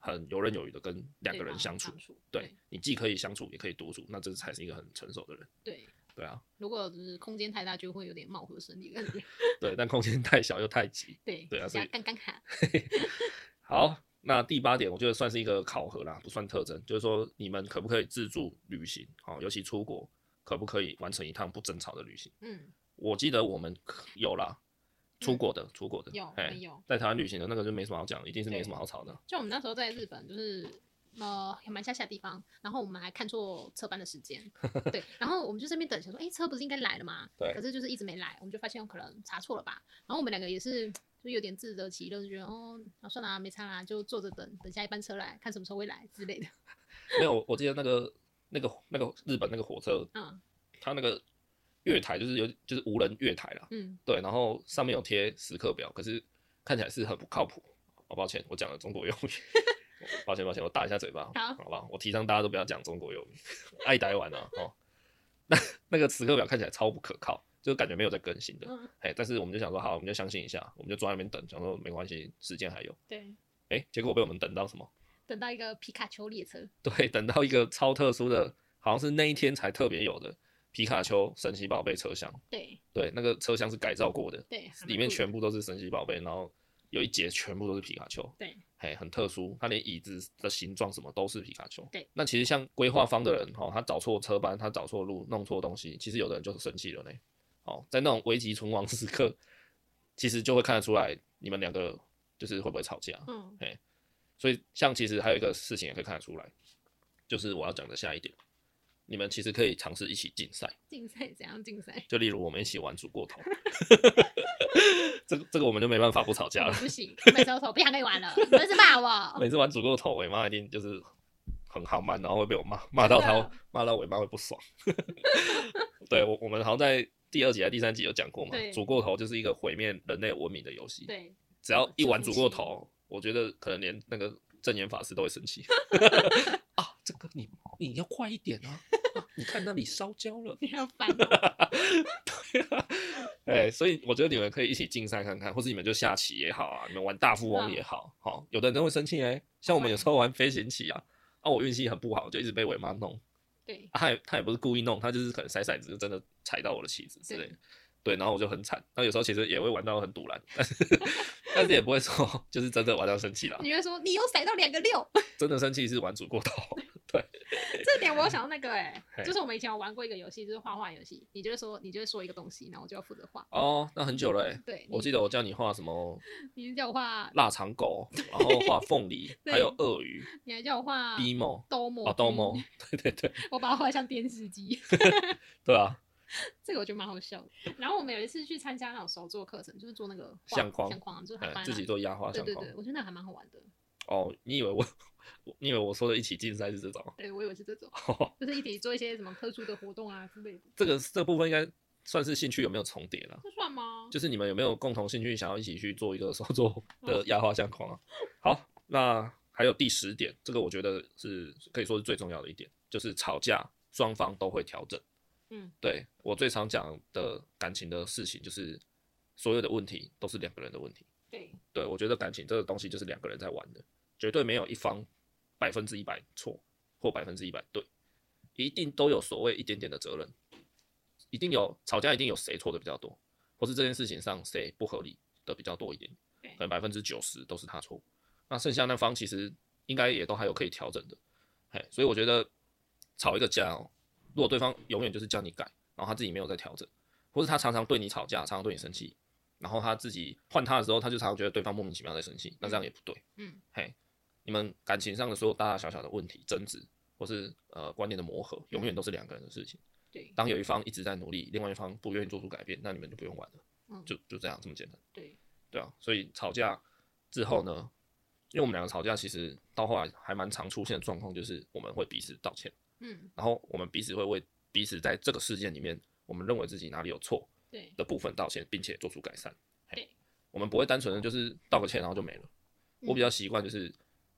S1: 很游刃有余的跟两个
S2: 对嗯
S1: 人
S2: 方
S1: 相处
S2: 相。处
S1: 对你既可以相处，也可以独处，那这才是一个很成熟的人。
S2: 对，
S1: 对啊，
S2: 如果就是空间太大，就会有点貌合神离的感 觉。
S1: 对，但空间太小又太挤。
S2: 对
S1: 对啊所以
S2: 加刚刚好。
S1: 好，那第八点，我觉得算是一个考核啦，不算特征，就是说你们可不可以自助旅行？好、尤其出国，可不可以完成一趟不争吵的旅行？
S2: 嗯，
S1: 我记得我们可有啦，出
S2: 嗯
S1: 国的，出国的，
S2: 有
S1: 哎
S2: 我有
S1: 在台湾旅行的那个就没什么好讲，一定是没什么好吵的。
S2: 就我们那时候在日本，就是呃也蛮乡下地方，然后我们还看错车班的时 间，对，然后我们就这边等，想说，哎、车不是应该来了吗？
S1: 对
S2: 可是就是一直没来，我们就发现有可能查错了吧。然后我们两个也是。就有点自得其乐，就觉得哦，啊算了啊、没差啦、就坐着等等下一班车来，看什么时候会来之类的。
S1: 没有，我记得那个那个那个日本那个火车，
S2: 嗯
S1: 它那个月台就是有就是无人月台啦，
S2: 嗯，
S1: 对，然后上面有贴时刻表，可是看起来是很不靠谱。哦，抱歉，我讲了中国用语， 抱歉抱歉，我打一下嘴巴，
S2: 好
S1: 好吧，我提倡大家都不要讲中国用语，爱呆玩啊，哦， 那那个时刻表看起来超不可靠，就感觉没有在更新的，
S2: 嗯，
S1: 哎，但是我们就想说好，我们就相信一下，我们就坐在那边等，想说没关系，时间还有，
S2: 对，
S1: 哎，结果被我们等到什么？
S2: 嗯等到一个皮卡丘列车，
S1: 对，等到一个超特殊的，好像是那一天才特别有的皮卡丘神奇宝贝车厢，
S2: 对
S1: 对，那个车厢是改造过的，
S2: 对，还蛮
S1: 里面
S2: 酷的
S1: 全部都是神奇宝贝，然后有一节全部都是皮卡丘，
S2: 对
S1: 嘿，很特殊，它连椅子的形状什么都是皮卡丘。
S2: 对，
S1: 那其实像规划方的人哦，他找错车班，他找错路，弄错东西，其实有的人就生气了呢。哦，在那种危急存亡时刻，其实就会看得出来你们两个就是会不会吵架。
S2: 嗯
S1: 所以像其实还有一个事情也可以看得出来，就是我要讲的下一点，你们其实可以尝试一起竞赛。
S2: 竞赛怎样 竞赛？
S1: 就例如我们一起玩煮过头， 这个这个我们就没办法不吵架
S2: 我
S1: 了。
S2: 不行，我每次都说不想跟你玩了，你们是骂我。
S1: 每次玩煮过头，尾妈一定就是很好慢，然后会被我骂，骂到
S2: 真
S1: 她
S2: 的啊
S1: 骂到尾妈会不爽。 对我我们好像在第二集还是第三集有讲过嘛
S2: 对，
S1: 煮过头就是一个毁灭人类文明的游戏。
S2: 对，
S1: 只要一玩煮过头，我觉得可能连那个正言法师都会生 气。啊，这个你你要快一点啊！啊你看那里烧焦了。
S2: 你要烦我。
S1: 哎，所以我觉得你们可以一起竞赛看看，或者你们就下棋也好啊，你们玩大富翁也好，好、有的人会生气哎、像我们有时候玩飞行棋啊，啊，我运气很不好，就一直被尾妈弄，
S2: 对
S1: 啊、他也他也不是故意弄，他就是可能甩骰子就真的踩到我的棋子之类的，对，然后我就很惨。那有时候其实也会玩到很堵然，但是 但是也不会说就是真的玩到生气 啦，
S2: 你会说你又甩到两个六，
S1: 真的生气是玩煮过头，对，
S2: 这点我有想到那个哎、
S1: 嘿
S2: 就是我们以前有玩过一个游戏，就是画画游戏，你就会说你就会说一个东西，然后我就要负责画。
S1: 哦，那很久了哎、
S2: 对，
S1: 我记
S2: 得
S1: 得我叫你画什么
S2: 你是叫我画，
S1: 腊肠狗，然后画凤梨，
S2: 对
S1: 还有鳄鱼、
S2: 你还叫我画
S1: BMO。
S2: 兜摸
S1: 哦，
S2: 哦
S1: 豆猫， 对对对，
S2: 我把它画得像电视机，
S1: 对啊，
S2: 这个我觉得蛮好笑的。然后我们有一次去参加那种手作课程，就是做那个画
S1: 相框
S2: 相框啊就是
S1: 哎
S2: 还蛮
S1: 自己做压花
S2: 对
S1: 相
S2: 对
S1: 框
S2: 对，。我觉得那还蛮好玩的。
S1: 哦，你以为我， 你以为我说的一起竞赛是这种？哦
S2: 对我以为是这种，就是一起做一些什么特殊的活动啊之类的，
S1: 这个这部分应该算是兴趣有没有重叠了？
S2: 这算吗？
S1: 就是你们有没有共同兴趣，想要一起去做一个手作
S2: 哦
S1: 的压花相框啊？好，那还有第十点，这个我觉得是可以说是最重要的一点，就是吵架双方都会调整。
S2: 嗯，
S1: 对我最常讲的感情的事情，就是所有的问题都是两个人的问题。
S2: 对，
S1: 对，我觉得感情这个东西就是两个人在玩的，绝对没有一方百分之一百错或百分之一百对，一定都有所谓一点点的责任，一定有吵架，一定有谁错的比较多，或是这件事情上谁不合理的比较多一点
S2: 对，
S1: 可能百分之九十都是他错，那剩下那方其实应该也都还有可以调整的，嘿，所以我觉得吵一个架哦，如果对方永远就是叫你改，然后他自己没有在调整，或是他常常对你吵架，常常对你生气，然后他自己换他的时候，他就常常觉得对方莫名其妙在生气，那这样也不对。
S2: 嗯，
S1: 嘿，你们感情上的所有大大小小的问题、争执，或是呃观念的磨合，永远都是两个人的事情。
S2: 对
S1: 当有一方一直在努力，另外一方不愿意做出改变，那你们就不用玩了。
S2: 嗯
S1: 就就这样这么简单，
S2: 对
S1: 对啊。所以吵架之后呢，因为我们两个吵架，其实到后来还蛮常出现的状况，就是我们会彼此道歉。
S2: 嗯
S1: 然后我们彼此会为彼此在这个事件里面，我们认为自己哪里有错
S2: 对
S1: 的部分道歉，并且做出改善。嘿
S2: 对，
S1: 我们不会单纯的就是道个歉然后就没了。我比
S2: 嗯
S1: 较习惯就是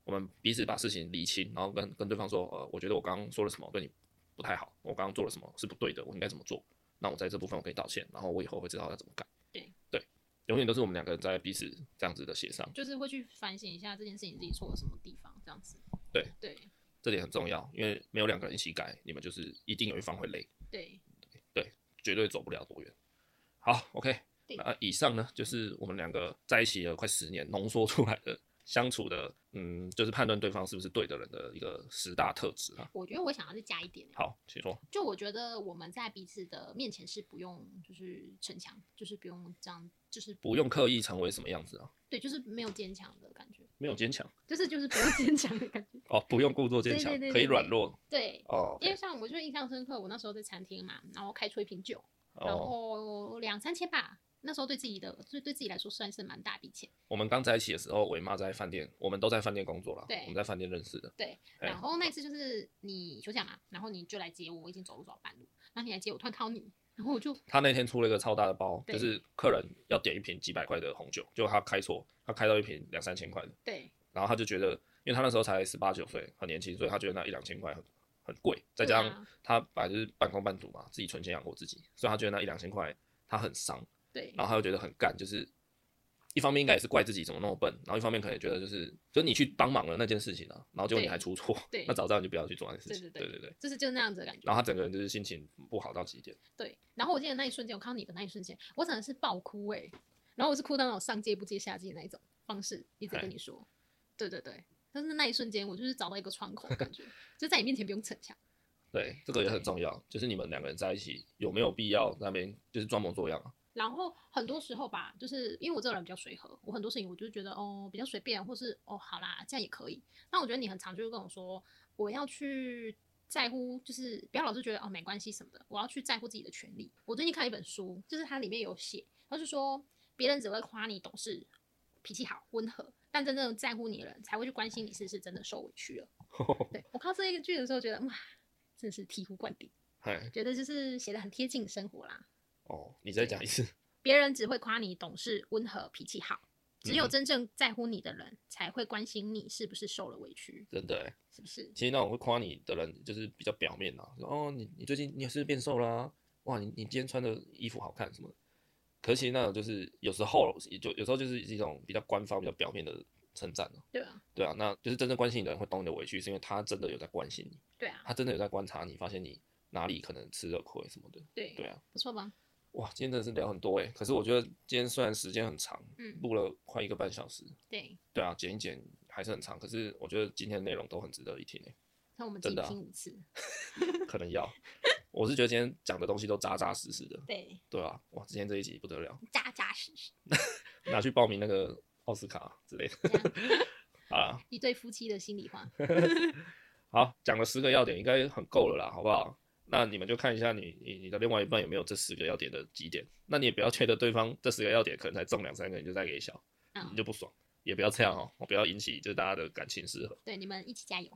S1: 我们彼此把事情理清，然后跟跟对方说，呃，我觉得我刚刚说了什么对你不太好，我刚刚做了什么是不对的，我应该怎么做？那我在这部分我可以道歉，然后我以后会知道要怎么改。
S2: 对
S1: 对，永远都是我们两个人在彼此这样子的协商，
S2: 就是会去反省一下这件事情自己错了什么地方，这样子。
S1: 对
S2: 对
S1: 这点很重要，因为没有两个人一起改，你们就是一定有一方会累，
S2: 对，
S1: 绝对走不了多远。好，OK，
S2: 对
S1: 那以上呢就是我们两个在一起了快十年浓缩出来的相处的，嗯，就是判断对方是不是对的人的一个十大特质啊。
S2: 我觉得我想要再加一点欸、
S1: 好，请说。
S2: 就我觉得我们在彼此的面前是不用就是逞强，就是不用这样，就是
S1: 不用刻意成为什么样子啊，
S2: 对，就是没有坚强的感觉，
S1: 没有坚强
S2: 就是就是不用坚强的感觉。
S1: 哦，不用故作坚强
S2: 嗯对对对，对
S1: 可以软弱
S2: 对，
S1: 哦
S2: 因为像我就印象深刻，我那时候在餐厅嘛，然后开出一瓶酒，然
S1: 哦。
S2: 后两三千吧，那时候对自己的对对自己来说算是蛮大笔钱。
S1: 我们刚在一起的时候，伟妈在饭店，我们都在饭店工作啦
S2: 对，
S1: 我们在饭店认识的，
S2: 对，
S1: 哎
S2: 然后那次就是你休假嘛，然后你就来接我，我已经走路走到半路，然后你来接我，突然看到你，然后我就
S1: 他那天出了一个超大的包，
S2: 对
S1: 就是客人要点一瓶几百块的红酒，结果他开错，他开到一瓶两三千块的，
S2: 对
S1: 然后他就觉得，因为他那时候才十八九岁，很年轻，所以他觉得那一两千块很很贵，再加
S2: 对
S1: 上
S2: 啊
S1: 他本来就是半工半读嘛，自己存钱养活自己，所以他觉得那一两千块他很伤，
S2: 对
S1: 然后他就觉得很干，就是一方面应该也是怪自己怎么那么笨，然后一方面可能也觉得就是，就是你去帮忙了那件事情啊，然后结果你
S2: 对
S1: 还出错
S2: 对，
S1: 那早知道你就不要去做那件事情，
S2: 对
S1: 对
S2: 对对
S1: 对对。
S2: 就是就是那样子的感觉。
S1: 然后他整个人就是心情不好到极点，
S2: 对，然后我记得那一瞬间，我看到你的那一瞬间，我真的是爆哭哎、然后我是哭到那种上街不接下街那一种方式，一直
S1: 哎
S2: 跟你说，对对对，但是那一瞬间我就是找到一个窗口的感觉，就在你面前不用逞强，
S1: 对，这个也很重要，就是你们两个人在一起有没有必要那边就是装模作样啊？
S2: 然后很多时候吧，就是因为我这个人比较随和，我很多事情我就觉得哦比较随便，或是哦好啦这样也可以。但我觉得你很常就会跟我说，我要去在乎，就是不要老是觉得哦没关系什么的，我要去在乎自己的权利。我最近看一本书，就是它里面有写，它就说别人只会夸你懂事、脾气好、温和，但真正在乎你的人才会去关心你是不是真的受委屈了。对我看到这一句的时候，觉得哇，真是醍醐灌顶，
S1: 哎，
S2: 觉得就是写的很贴近生活啦。
S1: 哦，你再讲一次，
S2: 别人只会夸你懂事、温和、脾气好，只有
S1: 嗯
S2: 真正在乎你的人才会关心你是不是受了委屈，
S1: 真的、欸，
S2: 是不是？
S1: 其实那种会夸你的人就是比较表面啊，说哦，你你最近你也是变瘦啦、啊哇，你你今天穿的衣服好看什么的。可惜那种就是有时候也就有时候就是一种比较官方、比较表面的称赞啊
S2: 对啊，
S1: 对啊，那就是真正关心你的人会懂你的委屈，是因为他真的有在关心你，
S2: 对啊，
S1: 他真的有在观察你，发现你哪里可能吃了亏什么的。
S2: 对，
S1: 对啊，
S2: 不错吧？
S1: 哇，今天真的是聊很多诶、欸可是我觉得今天虽然时间很长，
S2: 嗯，
S1: 录了快一个半小时，
S2: 对。
S1: 对啊，剪一剪还是很长，可是我觉得今天的内容都很值得一听欸诶、
S2: 那我们自
S1: 真
S2: 己
S1: 的啊
S2: 听五次，
S1: 可能要。我是觉得今天讲的东西都扎扎实实的，
S2: 对，
S1: 对啊，哇，今天这一集不得了，
S2: 扎扎实实，
S1: 拿去报名那个奥斯卡之类的。
S2: 这样
S1: 好啦，
S2: 一对夫妻的心 里话。
S1: 好，讲了十个要点，应该很够了啦，好不好？那你们就看一下你你你的另外一半有没有这十个要点的几点。那你也不要觉得对方这十个要点可能才中两三个，你就再给小，你
S2: 嗯，
S1: 就不爽，也不要这样哦，不要引起就是大家的感情失和。
S2: 对，你们一起加油。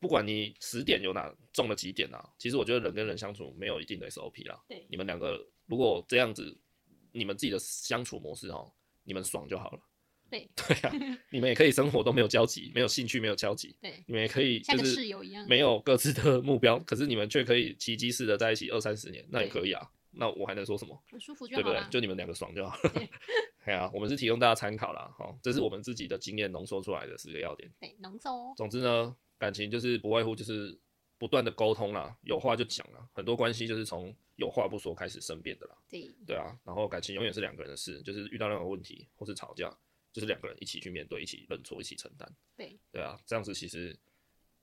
S1: 不管你十点有哪中了几点啊，其实我觉得人跟人相处没有一定的 SOP 啦。
S2: 对
S1: 你们两个如果这样子，你们自己的相处模式哦，你们爽就好了。
S2: 对
S1: 对啊，你们也可以生活都没有交集，没有兴趣，没有交集，
S2: 对，
S1: 你们也可以
S2: 像
S1: 就
S2: 个
S1: 是
S2: 室友一样。
S1: 没有各自的目标，可是你们却可以奇迹似的在一起二三十年，那也
S2: 对
S1: 可以啊。那我还能说什么？
S2: 很舒服就
S1: 对不
S2: 好
S1: 对
S2: 了？。
S1: 就你们两个爽就好了
S2: 对。
S1: 对啊，我们是提供大家参考啦，好、这是我们自己的经验浓缩出来的四个要点。
S2: 对，哦浓缩。
S1: 总之呢，感情就是不外乎就是不断的沟通啦，有话就讲啦，很多关系就是从有话不说开始生变的啦，
S2: 对
S1: 对啊，然后感情永远是两个人的事，就是遇到任何问题或是吵架，就是两个人一起去面对，一起认错，一起承担，
S2: 对
S1: 对啊，这样子其实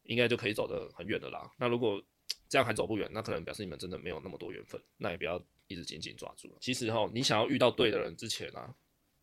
S1: 应该就可以走得很远的啦。那如果这样还走不远，那可能表示你们真的没有那么多缘分，那也不要一直紧紧抓住了。其实哈，你想要遇到对的人之前啊，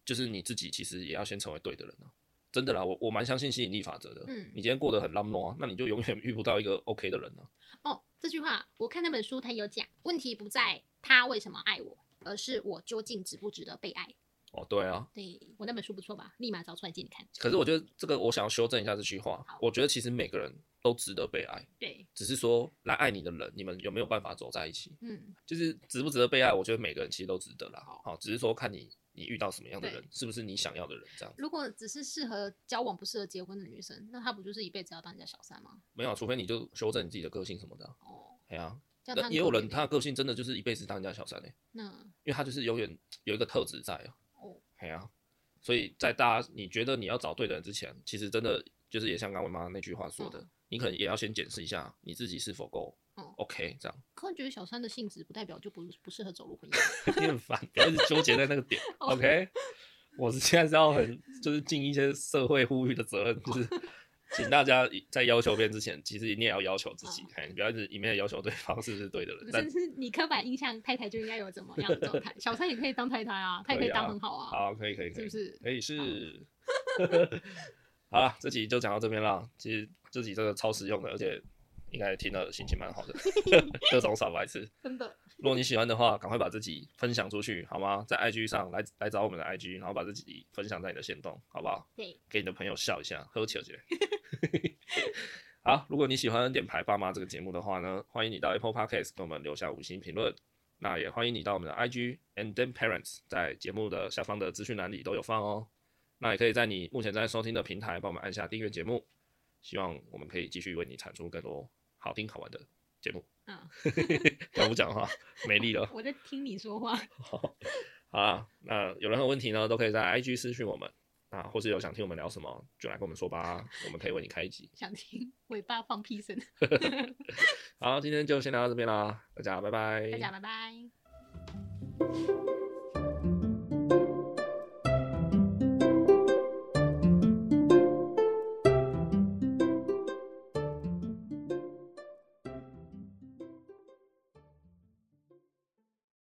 S1: 就是你自己其实也要先成为对的人啊。真的啦，我我蛮相信吸引力法则的。
S2: 嗯
S1: 你今天过得很浪漫、啊，那你就永远遇不到一个 OK 的人啊了、
S2: 哦，这句话我看那本书它有讲，问题不在他为什么爱我，而是我究竟值不值得被爱。
S1: 哦，对啊，
S2: 对我那本书不错吧？立马找出来借你看。
S1: 可是我觉得这个我想要修正一下这句话
S2: 好，
S1: 我觉得其实每个人都值得被爱，
S2: 对，
S1: 只是说来爱你的人，你们有没有办法走在一起？
S2: 嗯，
S1: 就是值不值得被爱，我觉得每个人其实都值得啦。好，只是说看你你遇到什么样的
S2: 对
S1: 人，是不是你想要的人，这样子
S2: 如果只是适合交往不适合结婚的女生，那她不就是一辈子要当人家小三吗？
S1: 没有啊，除非你就修正你自己的个性什么的啊、
S2: 哦，
S1: 哎呀、
S2: 这样她
S1: 那
S2: 很
S1: 也有
S2: 可
S1: 人
S2: 怜
S1: 他的个性真的就是一辈子当人家小三嘞、
S2: 那
S1: 因为他就是永远有一个特质在啊。
S2: 哦，
S1: 哎呀、所以在大家你觉得你要找对的人之前，其实真的就是也像刚刚我妈那句话说的，
S2: 嗯
S1: 你可能也要先检视一下你自己是否够
S2: 嗯
S1: OK 这样。
S2: 可我觉得小三的性质不代表就不不适合走入婚姻。
S1: 你很烦，不要一直纠结在那个点。
S2: 哦
S1: OK，我是现在是要很就是尽一些社会呼吁的责任，就是请大家在要求别人之前，其实你也要要求自己，
S2: 嗯
S1: 哎，你不要一直一面要求对方是不是对的人。但
S2: 甚至你刻板印象，太太就应该有怎么样的状态？小三也可以当太太啊，她也可以
S1: 可以啊
S2: 当很好啊，
S1: 好，可以可以可
S2: 是
S1: 以
S2: 不，是？
S1: 可以是。好了，这集就讲到这边啦。其实这集真的超实用的，而且应该听了心情蛮好的， 各种小白痴。
S2: 真的，
S1: 如果你喜欢的话，赶快把自己分享出去，好吗？在 IG 上来来找我们的 IG，然后把自己分享在你的线动，好不好？
S2: 对，
S1: 给你的朋友笑一下，喝酒去。 好，如果你喜欢《点牌爸妈》这个节目的话呢，欢迎你到 Apple Podcast 给我们留下五星评论。那也欢迎你到我们的 IG and then parents，在节目的下方的资讯栏里都有放哦。那也可以在你目前正在收听的平台帮我们按下订阅节目，希望我们可以继续为你产出更多好听好玩的节目。
S2: 嗯，
S1: 要不讲话没 力了。
S2: 我在听你说话。
S1: 好啦，那有任何问题呢，都可以在 IG 私讯我们啊，或是有想听我们聊什么，就来跟我们说吧，我们可以为你开一集。
S2: 想听尾巴放屁声，
S1: 好，今天就先聊到这边啦，大家拜拜，
S2: 大家拜拜。